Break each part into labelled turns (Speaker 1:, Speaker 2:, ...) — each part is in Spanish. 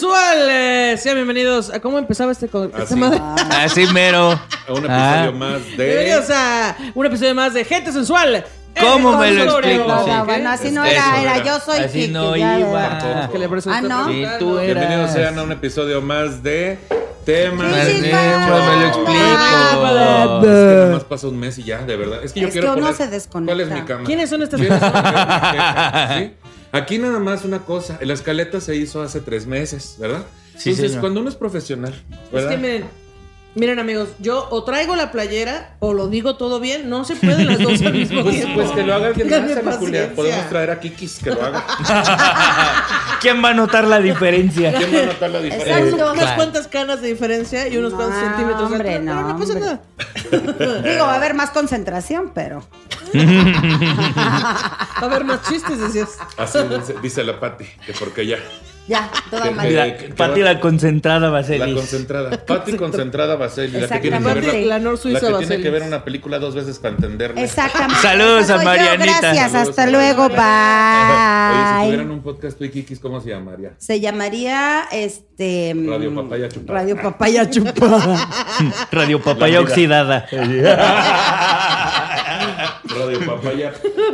Speaker 1: tal? Eh, sean bienvenidos a cómo empezaba este co- esta
Speaker 2: Así.
Speaker 1: madre?
Speaker 3: Así mero.
Speaker 2: A Ah, un episodio
Speaker 3: Ah.
Speaker 2: más
Speaker 1: Bienvenidos
Speaker 2: de.
Speaker 1: a un episodio más de Gente Sensual.
Speaker 3: ¿Cómo
Speaker 1: El
Speaker 3: me lo
Speaker 1: Consultorio.
Speaker 3: explico?
Speaker 4: No,
Speaker 3: Sí.
Speaker 4: no, bueno, así no
Speaker 3: Eso,
Speaker 4: era, era
Speaker 2: era.
Speaker 4: yo soy
Speaker 3: Así
Speaker 4: Kiki,
Speaker 3: no
Speaker 4: ya,
Speaker 3: iba.
Speaker 4: ¿verdad?
Speaker 1: Que le presento
Speaker 4: Ah, ¿no?
Speaker 1: preguntando.
Speaker 3: Sí, tú eras.
Speaker 2: Bienvenidos sean a un episodio más de. Temas.
Speaker 3: Más
Speaker 4: Sí, sí,
Speaker 3: de-
Speaker 4: claro.
Speaker 3: pues me lo
Speaker 1: Ah,
Speaker 3: explico.
Speaker 2: Es que nomás pasa un mes y ya, de verdad. Es que yo
Speaker 4: Es
Speaker 2: quiero
Speaker 4: que uno
Speaker 2: poner-
Speaker 4: se desconecta.
Speaker 2: ¿Cuál es mi cama?
Speaker 1: ¿Quiénes son estas
Speaker 2: ¿Quiénes son
Speaker 1: personas?
Speaker 2: las- ¿Sí? Aquí nada más una cosa. La escaleta se hizo hace tres meses, ¿verdad?
Speaker 3: Sí,
Speaker 2: Entonces,
Speaker 3: señor.
Speaker 2: cuando uno es profesional,
Speaker 1: Es
Speaker 2: ¿verdad?
Speaker 1: que miren, miren amigos, yo o traigo la playera o lo digo todo bien, no se pueden las dos al mismo
Speaker 2: Pues,
Speaker 1: tiempo.
Speaker 2: pues que lo haga alguien más,
Speaker 1: Ténganme
Speaker 2: Ana Julia.
Speaker 1: paciencia.
Speaker 2: Podemos traer a Kikis que lo haga.
Speaker 3: ¿Quién va a notar la diferencia?
Speaker 2: ¿Quién va a notar la diferencia?
Speaker 1: Exacto,
Speaker 4: Exacto.
Speaker 1: unas
Speaker 3: Claro.
Speaker 1: cuantas canas de diferencia y unos
Speaker 4: No,
Speaker 1: cuantos centímetros de
Speaker 4: hombre,
Speaker 1: altura, pero
Speaker 4: no,
Speaker 1: no pasa
Speaker 4: hombre.
Speaker 1: nada.
Speaker 4: Digo, va a haber más concentración, pero.
Speaker 1: Va a haber más chistes, decías.
Speaker 2: Así dice, dice la Pati, que porque ya.
Speaker 4: Ya, toda
Speaker 2: Te-
Speaker 4: mal.
Speaker 3: La,
Speaker 2: Eh, ¿qué
Speaker 3: Pati
Speaker 2: va?
Speaker 3: la concentrada va a ser.
Speaker 2: La
Speaker 3: Liz.
Speaker 2: concentrada. Pati concentrada Baseli, la que tiene que ver
Speaker 4: Exactamente.
Speaker 2: la,
Speaker 1: Lanor Suiza
Speaker 2: la que
Speaker 1: Baseli.
Speaker 2: tiene que ver una película dos veces para entenderla.
Speaker 4: Exactamente.
Speaker 3: Saludos
Speaker 4: Esa
Speaker 3: a
Speaker 4: soy yo,
Speaker 3: Marianita.
Speaker 4: Gracias,
Speaker 2: Saludos
Speaker 4: hasta
Speaker 2: a
Speaker 4: luego,
Speaker 2: Oye, si tuvieran
Speaker 4: bye.
Speaker 2: un podcast tú y Kikis, ¿cómo se llamaría?
Speaker 4: Se llamaría este. mm,
Speaker 2: Radio Papaya Chupada.
Speaker 4: Radio Papaya Chupada.
Speaker 3: Radio Papaya
Speaker 2: La vida.
Speaker 3: Oxidada.
Speaker 2: Radio Papaya.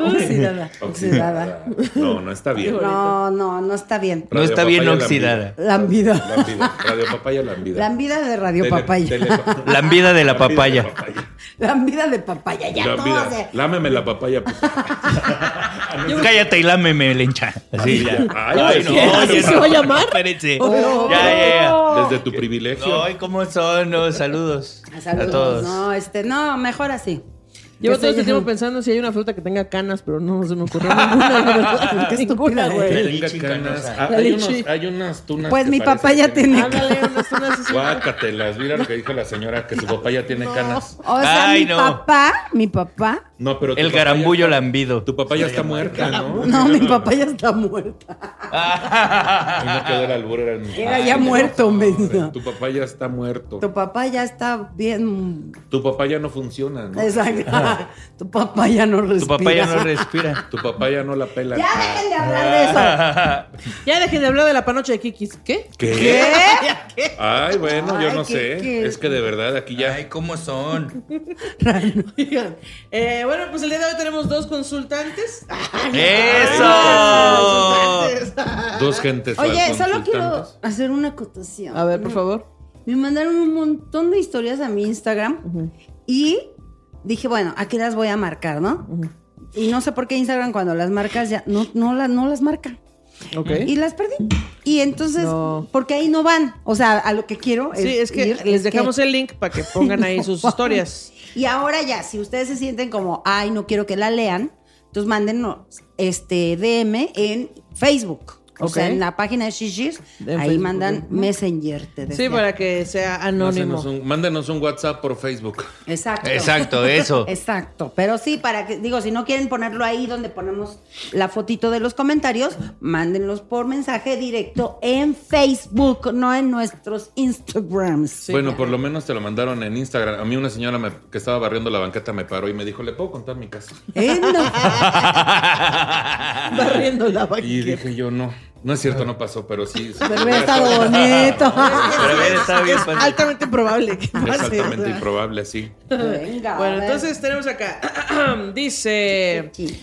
Speaker 4: Oxidada.
Speaker 2: Oxidada.
Speaker 4: Oxidada.
Speaker 2: No, no está bien.
Speaker 4: No, no, no está bien.
Speaker 3: No está bien oxidada.
Speaker 4: Lambida.
Speaker 2: Lambida. Radio Papaya Lambida.
Speaker 4: Lambida de Radio
Speaker 2: Tele- tele-
Speaker 4: Papaya.
Speaker 3: Lambida de la papaya.
Speaker 4: Lambida de papaya, ya
Speaker 2: Lambida.
Speaker 4: todo se-
Speaker 2: Lámeme la papaya. pues, puta.
Speaker 3: Cállate y lámeme, lencha. Así ya.
Speaker 2: Ay, pues,
Speaker 3: no,
Speaker 2: ¿qué?
Speaker 3: no,
Speaker 1: ¿Así
Speaker 3: no.
Speaker 1: se va a llamar?
Speaker 3: Espérense.
Speaker 1: Oh.
Speaker 3: Ya, ya,
Speaker 2: Desde tu
Speaker 3: ya.
Speaker 2: privilegio.
Speaker 3: Ay, ¿cómo son? No, saludos.
Speaker 4: Ah, Saludos.
Speaker 3: A todos.
Speaker 4: No, este, no, mejor así.
Speaker 1: Llevo
Speaker 4: Que
Speaker 1: todo este
Speaker 4: soy-
Speaker 1: tiempo pensando si hay una fruta que tenga canas, pero no se me ocurrió ninguna, la verdad.
Speaker 4: Qué
Speaker 1: Ninguna,
Speaker 4: estúpida,
Speaker 1: güey.
Speaker 2: Que
Speaker 3: La
Speaker 2: tenga
Speaker 3: lichi
Speaker 2: canas.
Speaker 3: canosa.
Speaker 2: Ah,
Speaker 1: La
Speaker 2: hay,
Speaker 1: lichi.
Speaker 2: unos- hay unas tunas.
Speaker 4: Pues
Speaker 2: que
Speaker 4: mi
Speaker 2: parecen
Speaker 4: papá ya
Speaker 2: que-
Speaker 4: tiene-
Speaker 1: Ándale, unas unas así.
Speaker 2: Guácatelas, mira lo que dijo la señora, que su papá ya tiene canas.
Speaker 4: O sea,
Speaker 3: Ay,
Speaker 4: mi
Speaker 3: no.
Speaker 4: papá, mi papá.
Speaker 2: No, pero tu
Speaker 3: El
Speaker 2: papá
Speaker 3: garambullo
Speaker 2: ya está-
Speaker 3: lambido.
Speaker 2: Tu papá ya está muerta, ¿no?
Speaker 4: No, mi papá ya está muerta.
Speaker 2: Ay, no quedó el albur, era el-
Speaker 4: Era ya muerto, me dijo.
Speaker 2: Tu papá ya está muerto.
Speaker 4: Tu papá ya está bien.
Speaker 2: Tu papá ya no funciona, ¿no?
Speaker 4: Exacto. Tu papá ya no respira.
Speaker 3: Tu papá ya no respira.
Speaker 2: Tu papá ya no la pela.
Speaker 4: Ya dejen de
Speaker 3: Ah,
Speaker 4: hablar de eso.
Speaker 1: Ya dejen de hablar de la panocha de Kikis. ¿Qué?
Speaker 2: ¿Qué?
Speaker 4: ¿Qué?
Speaker 2: Ay, bueno, yo
Speaker 4: Ay,
Speaker 2: no
Speaker 4: qué-
Speaker 2: sé.
Speaker 4: qué-
Speaker 2: Es que de verdad aquí ya.
Speaker 3: Ay, ¿cómo son?
Speaker 1: Oigan, eh, bueno, pues el día de hoy tenemos dos consultantes.
Speaker 3: ¡Eso!
Speaker 2: Dos gentes.
Speaker 4: Oye,
Speaker 2: al-
Speaker 4: solo quiero
Speaker 2: consultantes.
Speaker 4: hacer una acotación.
Speaker 1: A ver, por favor.
Speaker 4: Me mandaron un montón de historias a mi Instagram y dije, bueno, aquí las voy a marcar, ¿no? Y no sé por qué Instagram cuando las marcas ya no, no, la- no las marca.
Speaker 1: Ok.
Speaker 4: Y las perdí. Y entonces,
Speaker 1: No.
Speaker 4: porque ahí no van. O sea, a lo que quiero
Speaker 1: Sí, es que
Speaker 4: ir,
Speaker 1: les
Speaker 4: es que-
Speaker 1: dejamos el link para que pongan ahí sus historias.
Speaker 4: Y ahora ya, si ustedes se sienten como, ay, no quiero que la lean, entonces mándenos este DM en Facebook. O
Speaker 1: Ok.
Speaker 4: sea, en la página de Shishis,
Speaker 1: En
Speaker 4: ahí
Speaker 1: Facebook,
Speaker 4: mandan
Speaker 1: ok.
Speaker 4: Messenger. te
Speaker 1: Sí,
Speaker 4: decía.
Speaker 1: para que sea
Speaker 2: Mándenos
Speaker 1: anónimo.
Speaker 2: un, mándenos un WhatsApp por Facebook.
Speaker 4: Exacto.
Speaker 3: Exacto, eso.
Speaker 4: Exacto, pero sí, para que, digo, si no quieren ponerlo ahí donde ponemos la fotito de los comentarios, mándenlos por mensaje directo en Facebook, no en nuestros Instagrams.
Speaker 2: bueno, por lo menos te lo mandaron en Instagram. A mí una señora me- que estaba barriendo la banqueta me paró y me dijo, ¿le puedo contar mi casa?
Speaker 4: Eh, no.
Speaker 1: Barriendo la
Speaker 2: Y
Speaker 1: banqueta.
Speaker 2: dije yo, no, no es cierto, no pasó, pero sí. sí
Speaker 4: Pero hubiera estado bonito.
Speaker 3: Pero a ver, está bien.
Speaker 1: Es
Speaker 3: padre.
Speaker 1: altamente probable que pase.
Speaker 2: Es altamente
Speaker 1: o sea.
Speaker 2: improbable, sí.
Speaker 4: Venga. a
Speaker 1: Bueno,
Speaker 4: ver.
Speaker 1: entonces eh, tenemos acá. Dice.
Speaker 4: Sí.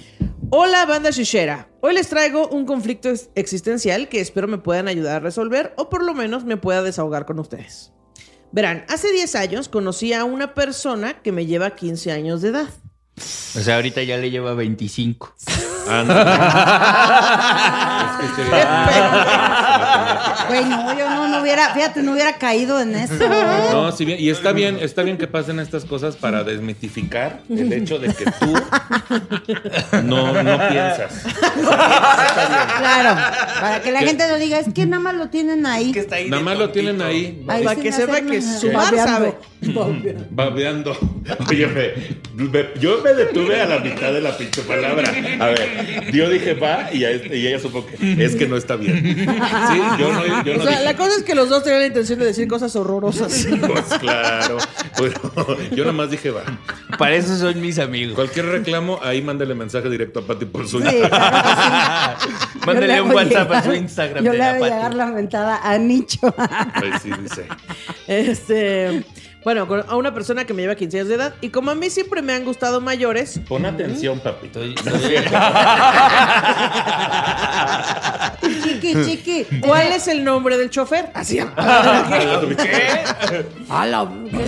Speaker 1: Hola, banda shishera. Hoy les traigo un conflicto ex- existencial que espero me puedan ayudar a resolver o por lo menos me pueda desahogar con ustedes. Verán, hace 10 años conocí a una persona que me lleva 15 años de edad.
Speaker 3: O sea, ahorita ya le lleva 25.
Speaker 2: Ah, no. Es que sí.
Speaker 4: Güey, no, yo no, no hubiera, fíjate, no hubiera caído en eso.
Speaker 2: Ah. No, sí bien, y está bien, está bien que pasen estas cosas para desmitificar el hecho de que tú no, no piensas.
Speaker 4: Claro, para que la
Speaker 2: ¿Qué?
Speaker 4: gente no diga, es que nada más lo tienen ahí.
Speaker 3: está
Speaker 2: Nada más lo tienen ahí.
Speaker 4: Ahí
Speaker 1: Para
Speaker 4: sin
Speaker 1: que sepa
Speaker 4: hacer
Speaker 1: que
Speaker 4: nada.
Speaker 1: sumar
Speaker 4: Babeando.
Speaker 1: sabe.
Speaker 2: Babeando. Oye, me- me- yo me detuve a la mitad de la pinche palabra. A ver, yo dije va y, a- y ella supo que es que no está bien. Sí, yo no, yo
Speaker 1: O
Speaker 2: no
Speaker 1: sea,
Speaker 2: dije
Speaker 1: la cosa es que los dos tenían la intención de decir cosas horrorosas.
Speaker 2: Pues claro. Pero yo nada más dije va.
Speaker 3: Para eso son mis amigos.
Speaker 2: Cualquier reclamo, ahí mándale mensaje directo a Pati por su
Speaker 4: Sí, claro que sí. Yo le
Speaker 3: Mándale un
Speaker 4: hago
Speaker 3: WhatsApp a su
Speaker 4: llegar-
Speaker 3: Instagram.
Speaker 4: Yo
Speaker 3: de
Speaker 4: le
Speaker 3: la
Speaker 4: voy a
Speaker 3: Pati.
Speaker 4: llegar la mentada a Nicho.
Speaker 2: Ahí sí dice.
Speaker 1: Este, bueno, con- a una persona que me lleva 15 años de edad. Y como a mí siempre me han gustado mayores,
Speaker 2: Pon atención, papito.
Speaker 3: Estoy- estoy-
Speaker 4: chiqui, chiqui. eh,
Speaker 1: ¿cuál es el nombre del chofer? Así. ah,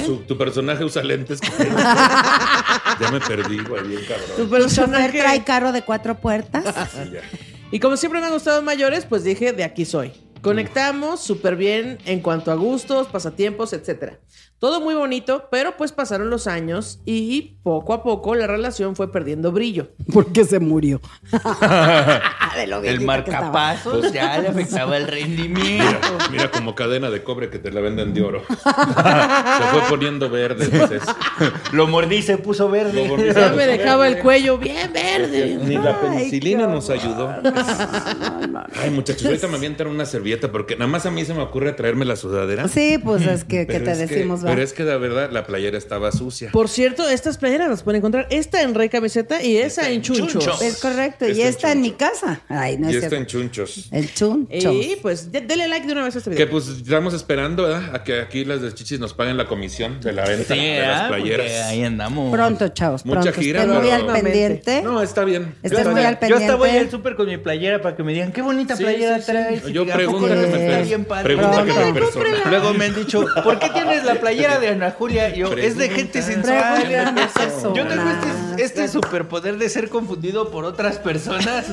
Speaker 2: Su- tu personaje usa lentes. ya me perdí, güey, bien cabrón.
Speaker 1: Tu
Speaker 4: ¿Chofer trae
Speaker 1: personaje.
Speaker 4: carro de cuatro puertas?
Speaker 2: Sí, ya.
Speaker 1: Y como siempre me han gustado mayores, pues dije, de aquí soy. Conectamos súper bien en cuanto a gustos, pasatiempos, etcétera. Todo muy bonito, pero pues pasaron los años y poco a poco la relación fue perdiendo brillo.
Speaker 4: Porque se murió. De lo
Speaker 3: El
Speaker 4: viejita que estaba.
Speaker 3: marcapasos ya le afectaba el
Speaker 2: Mira,
Speaker 3: rendimiento.
Speaker 2: mira como cadena de cobre que te la venden de oro. Se fue poniendo verde. dices.
Speaker 3: Lo mordí y se puso
Speaker 2: Lo
Speaker 3: verde.
Speaker 2: volviste
Speaker 1: Ya
Speaker 2: a
Speaker 1: me
Speaker 2: ver.
Speaker 1: dejaba el cuello bien verde.
Speaker 2: Ni la
Speaker 4: Ay,
Speaker 2: penicilina
Speaker 4: qué
Speaker 2: nos ayudó. Ay, muchachos, ahorita me voy a entrar una servilleta porque nada más a mí se me ocurre traerme la sudadera.
Speaker 4: Sí, pues es que, ¿qué
Speaker 2: Pero
Speaker 4: te
Speaker 2: es
Speaker 4: decimos? va?
Speaker 2: Pero es que la verdad, la playera estaba sucia.
Speaker 1: Por cierto, estas playeras las pueden encontrar. Esta en Rey Camiseta y esa en Chuncho.
Speaker 3: Chuncho.
Speaker 4: Es correcto.
Speaker 2: Pues, Está
Speaker 4: y
Speaker 2: en
Speaker 4: está en mi
Speaker 2: chuncho.
Speaker 4: casa. Ay, no
Speaker 2: y
Speaker 4: es
Speaker 2: está en
Speaker 4: cierto.
Speaker 2: chunchos.
Speaker 4: El chun.
Speaker 1: Y pues ya- denle like de una vez a este
Speaker 2: Que
Speaker 1: video.
Speaker 2: pues estamos esperando, ¿verdad? A que aquí las de chichis nos paguen la comisión de la venta
Speaker 3: Sí,
Speaker 2: de las
Speaker 3: ah, porque
Speaker 2: playeras.
Speaker 3: Ahí andamos.
Speaker 4: Pronto, chavos.
Speaker 2: Mucha
Speaker 4: pronto.
Speaker 2: gira,
Speaker 4: Estén
Speaker 2: pero-
Speaker 4: muy al pendiente.
Speaker 2: No, está bien.
Speaker 4: Estás
Speaker 2: Está
Speaker 4: muy
Speaker 2: bien.
Speaker 4: al
Speaker 3: Yo hasta voy
Speaker 4: pendiente.
Speaker 3: al súper con mi playera para que me digan qué bonita
Speaker 2: Sí,
Speaker 3: playera
Speaker 2: sí, sí.
Speaker 3: traes.
Speaker 2: Yo
Speaker 3: Y a poco
Speaker 2: pregunta
Speaker 4: que me
Speaker 3: está
Speaker 4: per-
Speaker 3: bien padre.
Speaker 2: pregunta
Speaker 4: que me
Speaker 2: persona.
Speaker 3: Luego me han dicho, ¿por qué tienes la playera de Ana Julia? Y yo, es de
Speaker 2: Pregunta.
Speaker 3: gente sensual.
Speaker 4: Pregunta a una persona.
Speaker 3: Yo tengo este, este superpoder de ser confundido por otras personas.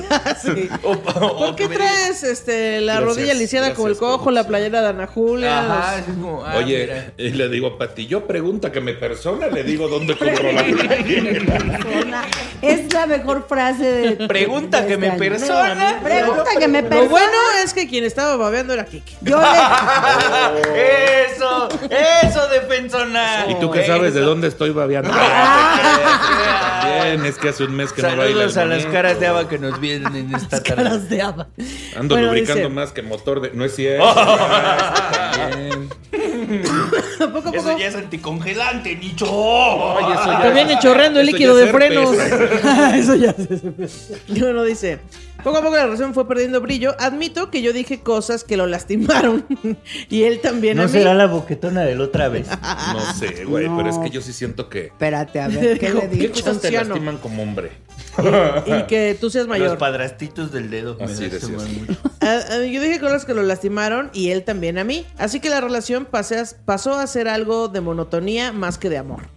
Speaker 3: O- o-
Speaker 1: ¿Por qué
Speaker 3: o Oh, que me digan-
Speaker 1: traes este, la
Speaker 2: Gracias,
Speaker 1: rodilla lisiada como el
Speaker 2: gracias,
Speaker 1: cojo, la
Speaker 2: producción.
Speaker 1: playera de Ana Julia?
Speaker 3: Ajá,
Speaker 1: los-
Speaker 3: es como, ah,
Speaker 2: Oye,
Speaker 3: mira.
Speaker 2: y le digo a Pati, yo pregunta que me persona, le digo dónde compro la playera.
Speaker 4: persona. Es la mejor frase de.
Speaker 3: Pregunta
Speaker 4: de
Speaker 3: que
Speaker 4: este
Speaker 3: me
Speaker 4: año.
Speaker 3: persona.
Speaker 4: Pregunta que me
Speaker 1: Lo
Speaker 4: persona.
Speaker 1: bueno es que quien estaba babeando era Kike.
Speaker 4: Yo le.
Speaker 3: Eso, eso de pensona.
Speaker 2: ¿Y tú qué sabes de dónde estoy babeando? Bien, es que hace un mes que no baila. el
Speaker 3: Ah. Saludos a las
Speaker 2: bonito.
Speaker 3: caras de Ava que nos vienen en esta tarde.
Speaker 4: Caras de haba.
Speaker 2: Ando
Speaker 1: Bueno,
Speaker 2: lubricando
Speaker 1: dice-
Speaker 2: más que motor de. No es cierto. También.
Speaker 1: Poco a poco.
Speaker 3: es anticongelante, Nicho.
Speaker 1: Te viene chorreando el
Speaker 2: Eso ya
Speaker 1: líquido
Speaker 2: es
Speaker 1: de frenos.
Speaker 2: herpes.
Speaker 1: Eso ya No, no dice. Poco a poco la relación fue perdiendo brillo. Admito que yo dije cosas que lo lastimaron. y él también a
Speaker 3: No
Speaker 1: mí.
Speaker 3: será la boquetona del otra vez.
Speaker 2: No sé, güey, pero es que yo sí siento que.
Speaker 4: Espérate, a ver, ¿qué le
Speaker 1: Dijo,
Speaker 2: ¿Qué
Speaker 4: digo?
Speaker 2: cosas te
Speaker 1: Anciano.
Speaker 2: lastiman como hombre?
Speaker 1: Y que tú seas
Speaker 3: Los
Speaker 1: mayor.
Speaker 3: padrastitos del dedo. me
Speaker 2: Así
Speaker 3: lastiman
Speaker 2: decías.
Speaker 3: mucho.
Speaker 1: A- a- yo dije cosas que lo lastimaron y él también a mí. Así que la relación pasé a- pasó a ser algo de monotonía más que de amor.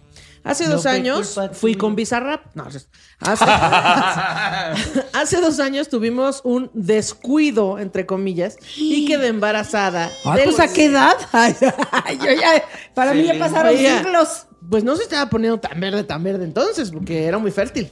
Speaker 1: Hace
Speaker 3: No
Speaker 1: dos
Speaker 3: fue
Speaker 1: años
Speaker 3: culpa
Speaker 1: fui
Speaker 3: tuya.
Speaker 1: con Bizarrap. No, es- hace, hace dos años tuvimos un descuido, entre comillas, y quedé embarazada.
Speaker 4: Ay,
Speaker 1: del-
Speaker 4: pues a qué edad? Ay, ay, yo ya- para mí ya pasaron
Speaker 1: Oiga,
Speaker 4: siglos.
Speaker 1: Pues no se estaba poniendo tan verde, tan verde entonces, porque era muy fértil.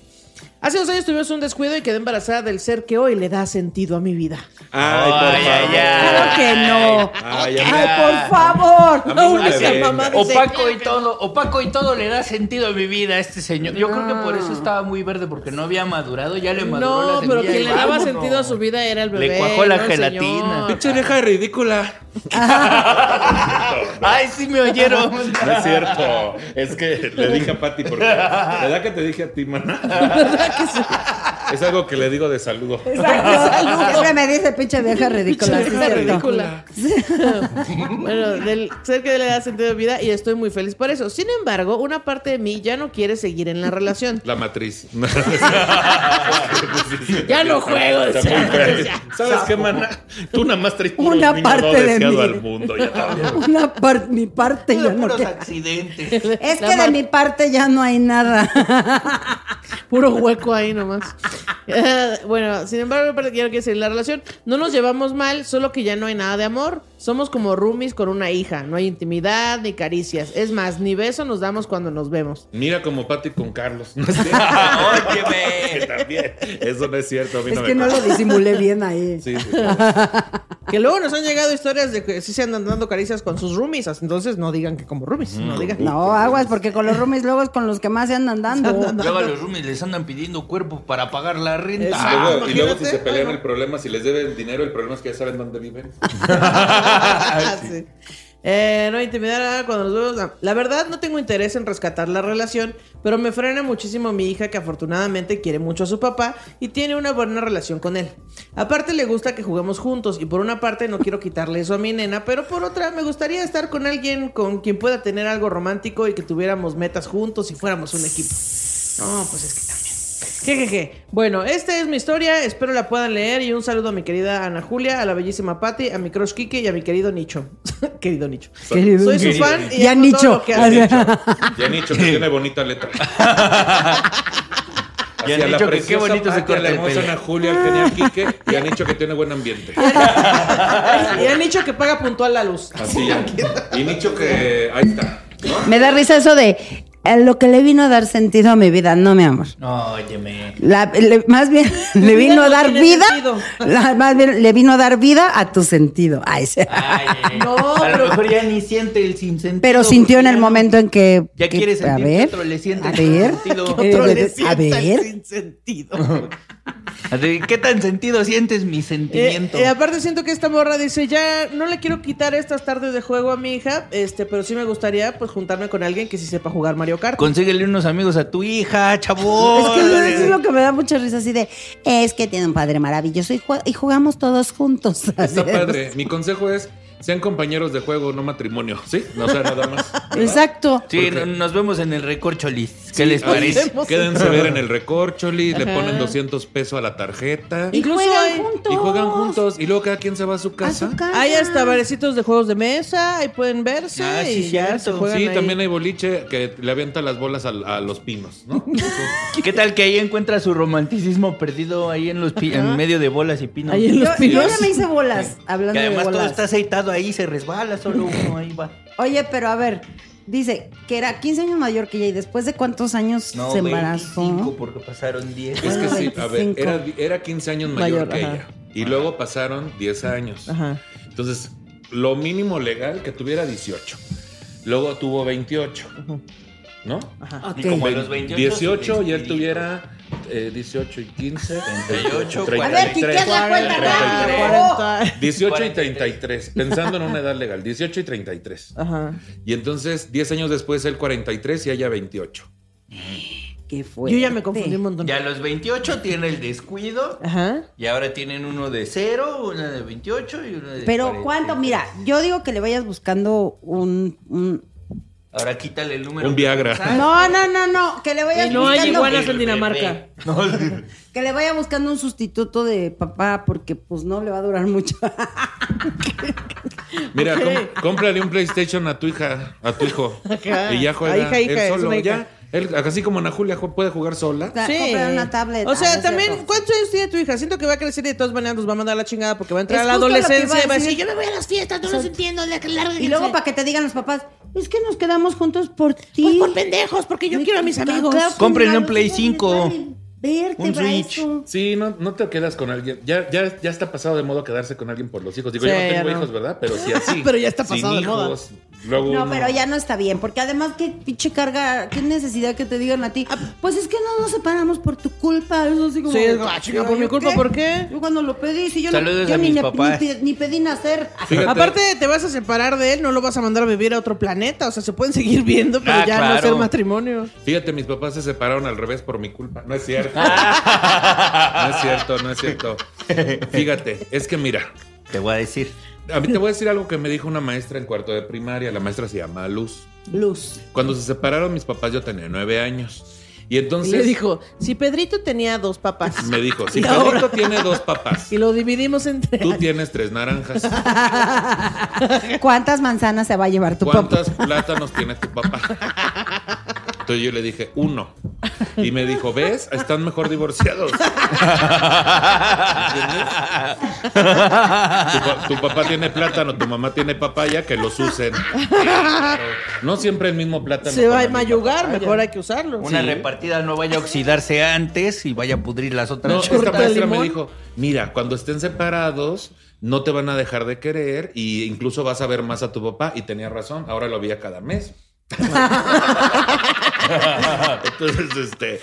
Speaker 1: Hace dos años tuvimos un descuido y quedé embarazada del ser que hoy le da sentido a mi vida.
Speaker 2: Ay, por favor.
Speaker 4: Claro que no.
Speaker 2: Ay,
Speaker 4: Ay,
Speaker 3: amiga.
Speaker 4: por favor.
Speaker 2: A mí
Speaker 4: No,
Speaker 2: me
Speaker 4: esa
Speaker 2: ven.
Speaker 4: mamá dice-
Speaker 3: Opaco y todo, opaco y todo le da sentido a mi vida a este señor. Yo creo que por eso estaba muy verde, porque no había madurado, ya le maduró la
Speaker 1: No, pero
Speaker 3: semilla
Speaker 1: quien
Speaker 3: y
Speaker 1: le daba
Speaker 3: vámonos.
Speaker 1: sentido a su vida era el
Speaker 3: Le
Speaker 1: bebé.
Speaker 3: cuajó la
Speaker 1: no el señor.
Speaker 3: gelatina.
Speaker 2: Pinche oreja ridícula.
Speaker 3: Ay, sí me oyeron.
Speaker 2: No es cierto. Es que le dije a Pati porque. ¿Verdad que te dije a ti, mana?
Speaker 1: ¿Verdad que sí?
Speaker 2: Es algo que le digo de saludo.
Speaker 4: Exacto. Siempre me dice pinche vieja ridícula. sí,
Speaker 1: Pinche
Speaker 4: cierto.
Speaker 1: ridícula. bueno, del ser que le da sentido de vida y estoy muy feliz por eso. Sin embargo, una parte de mí ya no quiere seguir en la relación.
Speaker 2: La matriz.
Speaker 1: Ya no juego,
Speaker 2: Está
Speaker 1: decía.
Speaker 2: muy feo. ¿Sabes qué, mana? Tú nada más traes puro
Speaker 4: Una
Speaker 2: niño
Speaker 4: parte
Speaker 2: no
Speaker 4: de
Speaker 2: deseado
Speaker 4: mí.
Speaker 2: al mundo. Ya también.
Speaker 4: Una parte, mi parte ya no.
Speaker 3: puros
Speaker 4: queda.
Speaker 3: accidentes.
Speaker 4: Es
Speaker 1: La
Speaker 4: que de
Speaker 1: mar-
Speaker 4: mi parte ya no hay nada.
Speaker 1: Puro hueco ahí nomás. Eh, bueno, sin embargo, me parece que ya no quiere seguir en la relación. No nos llevamos mal, solo que ya no hay nada de amor. Somos como roomies con una hija. No hay intimidad ni caricias. Es más, ni beso nos damos cuando nos vemos.
Speaker 2: Mira como Pati con Carlos. No es cierto.
Speaker 3: Óyeme.
Speaker 2: Que también. Eso no es cierto. A mí
Speaker 5: Es
Speaker 2: no
Speaker 5: que
Speaker 2: me
Speaker 5: no lo
Speaker 2: pasa.
Speaker 5: disimulé bien ahí.
Speaker 2: Sí, sí.
Speaker 1: Que luego nos han llegado historias de que sí se andan dando caricias con sus roomies. Entonces no digan que como roomies. Mm. No digan.
Speaker 5: No, aguas, porque con los roomies luego es con los que más se andan dando.
Speaker 3: Luego a los roomies les andan pidiendo cuerpo para pagar la renta.
Speaker 2: Y
Speaker 1: Exacto.
Speaker 2: luego, y luego si
Speaker 1: imagínate.
Speaker 2: se pelean
Speaker 1: Ay, no.
Speaker 2: el problema, si les deben dinero, el problema es que ya saben dónde viven.
Speaker 1: Ah, Sí. Eh, no intimidar ah, cuando nos vemos. La- La verdad, no tengo interés en rescatar la relación, pero me frena muchísimo mi hija que afortunadamente quiere mucho a su papá y tiene una buena relación con él. Aparte, le gusta que juguemos juntos y por una parte no quiero quitarle eso a mi nena, pero por otra me gustaría estar con alguien con quien pueda tener algo romántico y que tuviéramos metas juntos y fuéramos un equipo. No, pues es que también. Jejeje. Bueno, esta es mi historia. Espero la puedan leer. Y un saludo a mi querida Ana Julia, a la bellísima Patti, a mi crush Kike y a mi querido Nicho. querido Nicho.
Speaker 5: Querido
Speaker 1: Soy su
Speaker 5: Nicho.
Speaker 1: fan y
Speaker 5: Ya
Speaker 1: amo
Speaker 5: Nicho.
Speaker 1: todo lo que hace.
Speaker 5: Ya
Speaker 2: Ya han dicho que tiene bonita letra.
Speaker 3: Ya han
Speaker 2: Hacia la
Speaker 3: dicho que
Speaker 2: preciosa
Speaker 3: qué bonito se
Speaker 2: Pati, a
Speaker 3: corta
Speaker 2: la
Speaker 3: el
Speaker 2: hermosa
Speaker 3: pelo.
Speaker 2: Ana Julia, al genial Quique, y han dicho que tiene buen ambiente.
Speaker 1: Y a Nicho que paga puntual la luz.
Speaker 2: Así ya. Y dicho que ahí está. ¿no?
Speaker 4: Me da risa eso de eh, lo que le vino a dar sentido a mi vida, no mi amor.
Speaker 3: Óyeme.
Speaker 4: La- le- más bien
Speaker 1: vida
Speaker 4: le vino a
Speaker 1: no
Speaker 4: dar
Speaker 1: tiene
Speaker 4: vida.
Speaker 1: sentido.
Speaker 4: la- más bien le vino a dar vida a tu sentido. Ay, se-
Speaker 3: Ay,
Speaker 1: No,
Speaker 3: a
Speaker 1: pero-
Speaker 3: lo mejor ya ni siente el sinsentido.
Speaker 4: pero sintió en el
Speaker 3: porque
Speaker 4: momento en que.
Speaker 3: Ya
Speaker 4: que-
Speaker 3: quiere sentir
Speaker 4: a
Speaker 3: que
Speaker 4: ver,
Speaker 3: otro le siente
Speaker 4: A
Speaker 3: el
Speaker 4: ver.
Speaker 3: sentido.
Speaker 4: que
Speaker 5: Otro
Speaker 4: otro
Speaker 5: le
Speaker 4: le- a ver.
Speaker 1: Sin sentido.
Speaker 3: ya- ¿De ¿Qué tan sentido sientes mi
Speaker 1: Eh,
Speaker 3: sentimiento?
Speaker 1: eh, aparte siento que esta morra dice, ya no le quiero quitar estas tardes de juego a mi hija, este, pero sí me gustaría pues juntarme con alguien que sí sepa jugar Mario Kart.
Speaker 3: Consíguele unos amigos a tu hija,
Speaker 4: Es
Speaker 3: chavo.
Speaker 4: que eso es lo que me da mucha risa así de. Es que tiene un padre maravilloso y, jue- y jugamos todos juntos.
Speaker 2: Está padre. Mi consejo es, sean compañeros de juego, no matrimonio. ¿Sí? No sea nada más.
Speaker 4: Exacto.
Speaker 3: Sí,
Speaker 2: Porque-
Speaker 3: no- nos vemos en el recorcholis. ¿Qué les
Speaker 2: Ahí
Speaker 3: parece?
Speaker 2: Quédense a ver en el recorcholi, le ponen 200 pesos a la tarjeta.
Speaker 4: Y
Speaker 1: Incluso
Speaker 4: juegan
Speaker 1: hay-
Speaker 4: juntos.
Speaker 2: Y juegan juntos. Y luego cada quien se va a su
Speaker 4: A
Speaker 2: casa.
Speaker 4: su casa.
Speaker 1: Hay hasta barecitos de juegos de mesa, ahí pueden verse
Speaker 3: Ah, sí,
Speaker 1: y ya
Speaker 3: cierto.
Speaker 1: se juegan
Speaker 2: Sí,
Speaker 1: ahí.
Speaker 2: también hay boliche que le avienta las bolas al- a, los pinos, ¿no?
Speaker 3: ¿Qué tal que ahí encuentra su romanticismo perdido ahí en los pi- en medio de bolas y pinos?
Speaker 1: Ahí en
Speaker 5: Yo,
Speaker 1: los
Speaker 5: yo
Speaker 1: pinos.
Speaker 5: ya me hice bolas, hablando
Speaker 3: Que además
Speaker 5: de
Speaker 3: todo
Speaker 5: bolas.
Speaker 3: está aceitado ahí, se resbala solo uno, ahí va.
Speaker 4: Oye, pero a ver, dice que era 15 años mayor que ella y después de cuántos años
Speaker 3: No,
Speaker 4: se embarazó.
Speaker 3: 25 porque pasaron 10.
Speaker 2: Es que sí, a ver,
Speaker 4: 25.
Speaker 2: era, era 15 años mayor,
Speaker 1: Mayor,
Speaker 2: que
Speaker 1: ajá.
Speaker 2: ella. Y luego pasaron 10 años.
Speaker 1: Ajá.
Speaker 2: Entonces, lo mínimo legal que tuviera 18. Luego tuvo 28, ¿no?
Speaker 1: Ajá.
Speaker 4: Ok.
Speaker 3: Y como a los 28.
Speaker 2: 18
Speaker 3: se
Speaker 2: y él
Speaker 3: despidió.
Speaker 2: tuviera eh, 18 y 15.
Speaker 3: 38,
Speaker 2: 33.
Speaker 4: A ver, ¿qué es la cuenta
Speaker 1: Ah,
Speaker 4: rápido?
Speaker 1: 40.
Speaker 2: 18 y 33, pensando en una edad legal, 18 y 33.
Speaker 1: Ajá.
Speaker 2: Y entonces, 10 años después, él 43 y ella 28.
Speaker 4: ¿Qué fue?
Speaker 1: Yo ya me confundí un montón.
Speaker 3: Y a los 28 tiene el descuido.
Speaker 1: Ajá.
Speaker 3: Y ahora tienen uno de 0, uno de 28 y uno de
Speaker 4: Pero
Speaker 3: 40.
Speaker 4: cuánto, mira, yo digo que le vayas buscando un, un-
Speaker 3: Ahora quítale el número.
Speaker 2: Un Viagra.
Speaker 3: que pensaba.
Speaker 4: No, no, no, no, que le vayas
Speaker 1: Y Ah. Eh, no hay
Speaker 4: buscando
Speaker 1: iguanas en Dinamarca.
Speaker 3: No.
Speaker 4: que le vaya buscando un sustituto de papá porque pues no le va a durar mucho.
Speaker 2: Mira, com- cómprale un PlayStation a tu hija, a tu hijo.
Speaker 1: Ajá.
Speaker 2: Y ya juega
Speaker 1: A hija, hija,
Speaker 2: él
Speaker 1: es
Speaker 2: solo.
Speaker 1: una hija.
Speaker 2: Ya, él, así como Ana Julia ju- puede jugar sola.
Speaker 4: sea, comprar una tablet.
Speaker 1: O
Speaker 4: Ah,
Speaker 1: sea,
Speaker 4: no es
Speaker 1: también,
Speaker 4: cierto.
Speaker 1: ¿cuántos años tiene tu hija? Siento que va a crecer y de todas maneras nos va a mandar la chingada porque va a entrar
Speaker 4: Es
Speaker 1: a la
Speaker 4: justo lo que
Speaker 1: adolescencia
Speaker 4: iba a
Speaker 1: y va a
Speaker 4: decir.
Speaker 1: decir, yo no voy a las fiestas, no las entiendo, la- lárguense".
Speaker 4: Y luego para que te digan los papás, es que nos quedamos juntos por ti.
Speaker 1: Pues por pendejos, porque yo quiero a mis amigos.
Speaker 4: Claro,
Speaker 3: Cómprenle
Speaker 4: claro,
Speaker 3: un Play
Speaker 4: sí,
Speaker 3: 5,
Speaker 4: vale, Verte
Speaker 3: un
Speaker 4: para
Speaker 3: Switch.
Speaker 4: eso.
Speaker 2: Sí, no, no te quedas con alguien. Ya, ya, ya está pasado de moda quedarse con alguien por los hijos. Digo,
Speaker 1: Sí,
Speaker 2: yo no
Speaker 1: ya
Speaker 2: tengo
Speaker 1: no.
Speaker 2: hijos, ¿verdad? Pero sí así.
Speaker 1: Pero ya está pasado de
Speaker 2: Sin
Speaker 1: moda.
Speaker 2: hijos. Luego
Speaker 4: No,
Speaker 2: uno-
Speaker 4: pero ya no está bien, porque además qué pinche carga, qué necesidad que te digan a ti. Pues es que no nos separamos por tu culpa. Eso así como.
Speaker 1: Ah. Sí, es como, "Ah, chinga, ¿por
Speaker 4: ¿yo
Speaker 1: mi culpa por qué?"
Speaker 4: Yo cuando lo pedí, si yo,
Speaker 3: Saludos
Speaker 4: no, yo
Speaker 3: a
Speaker 4: ni,
Speaker 3: mis
Speaker 4: le-
Speaker 3: papás.
Speaker 4: ni pe- ni pedí nacer.
Speaker 2: Fíjate.
Speaker 1: Aparte, te vas a separar de él, no lo vas a mandar a vivir a otro planeta. O sea, se pueden seguir viendo, pero
Speaker 3: Ah,
Speaker 1: ya no
Speaker 3: claro.
Speaker 1: ser matrimonio.
Speaker 2: Fíjate, mis papás se separaron al revés por mi culpa. No es cierto. No es cierto, no es cierto. Fíjate, es que mira,
Speaker 3: Te voy a decir.
Speaker 2: a mí te voy a decir algo que me dijo una maestra en cuarto de primaria. La maestra se llama Luz.
Speaker 4: Luz.
Speaker 2: Cuando se separaron mis papás, yo tenía nueve años. Y
Speaker 1: Y
Speaker 2: entonces
Speaker 1: le dijo, si Pedrito tenía dos papás
Speaker 2: me dijo, si
Speaker 1: Y ahora-
Speaker 2: Pedrito tiene dos papás,
Speaker 1: y lo dividimos entre...
Speaker 2: tú tienes tres naranjas.
Speaker 4: ¿Cuántas manzanas se va a llevar tu papá?
Speaker 2: ¿Cuántos plátanos tiene tu papá? Entonces yo le dije, uno. Y me dijo, ¿ves? Están mejor divorciados. Tu, pa- tu papá tiene plátano, tu mamá tiene papaya, que los usen. No siempre el mismo plátano.
Speaker 1: Se va a
Speaker 2: con la misma
Speaker 1: mayugar,
Speaker 2: papaya.
Speaker 1: mejor hay que usarlo.
Speaker 3: Ah, Una
Speaker 1: Sí.
Speaker 3: repartida no vaya a oxidarse antes y vaya a pudrir las otras.
Speaker 2: No,
Speaker 1: Chorta
Speaker 2: esta
Speaker 1: de
Speaker 2: maestra me
Speaker 1: limón.
Speaker 2: dijo, mira, cuando estén separados, no te van a dejar de querer y incluso vas a ver más a tu papá. Y tenía razón, ahora lo veía cada mes. Entonces, este,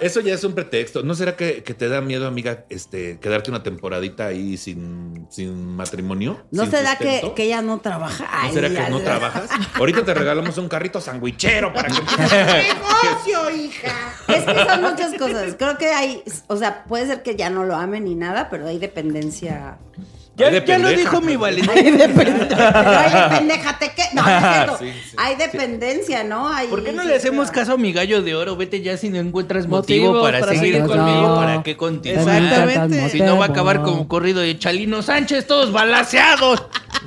Speaker 2: eso ya es un pretexto. ¿No será que, que te da miedo, amiga, este, quedarte una temporadita ahí sin, sin matrimonio?
Speaker 4: ¿No
Speaker 2: sin
Speaker 4: se da que,
Speaker 2: sustento?
Speaker 4: que ella no trabaja?
Speaker 2: ¿No será que no trabajas? Ahorita te regalamos un carrito sandwichero para que
Speaker 1: ¡Negocio, hija!
Speaker 4: Es que son muchas cosas. Creo que hay, o sea, puede ser que ya no lo amen ni nada, pero hay dependencia.
Speaker 3: Ya,
Speaker 2: Ay, de
Speaker 3: ya lo
Speaker 2: pendeja.
Speaker 3: dijo mi Valentín.
Speaker 4: Pero hay dependeja, te que. No, no es cierto.
Speaker 2: Sí, sí.
Speaker 4: Hay dependencia, ¿no? Hay-
Speaker 3: ¿Por qué no le hacemos caso a mi gallo de oro? Vete ya si no encuentras motivo
Speaker 1: Motivos
Speaker 3: para,
Speaker 1: para
Speaker 3: seguir
Speaker 1: seguir
Speaker 3: conmigo,
Speaker 1: conmigo.
Speaker 3: ¿para qué continuar?
Speaker 1: Exactamente.
Speaker 3: Si no va a acabar como corrido de Chalino Sánchez, todos balaseados.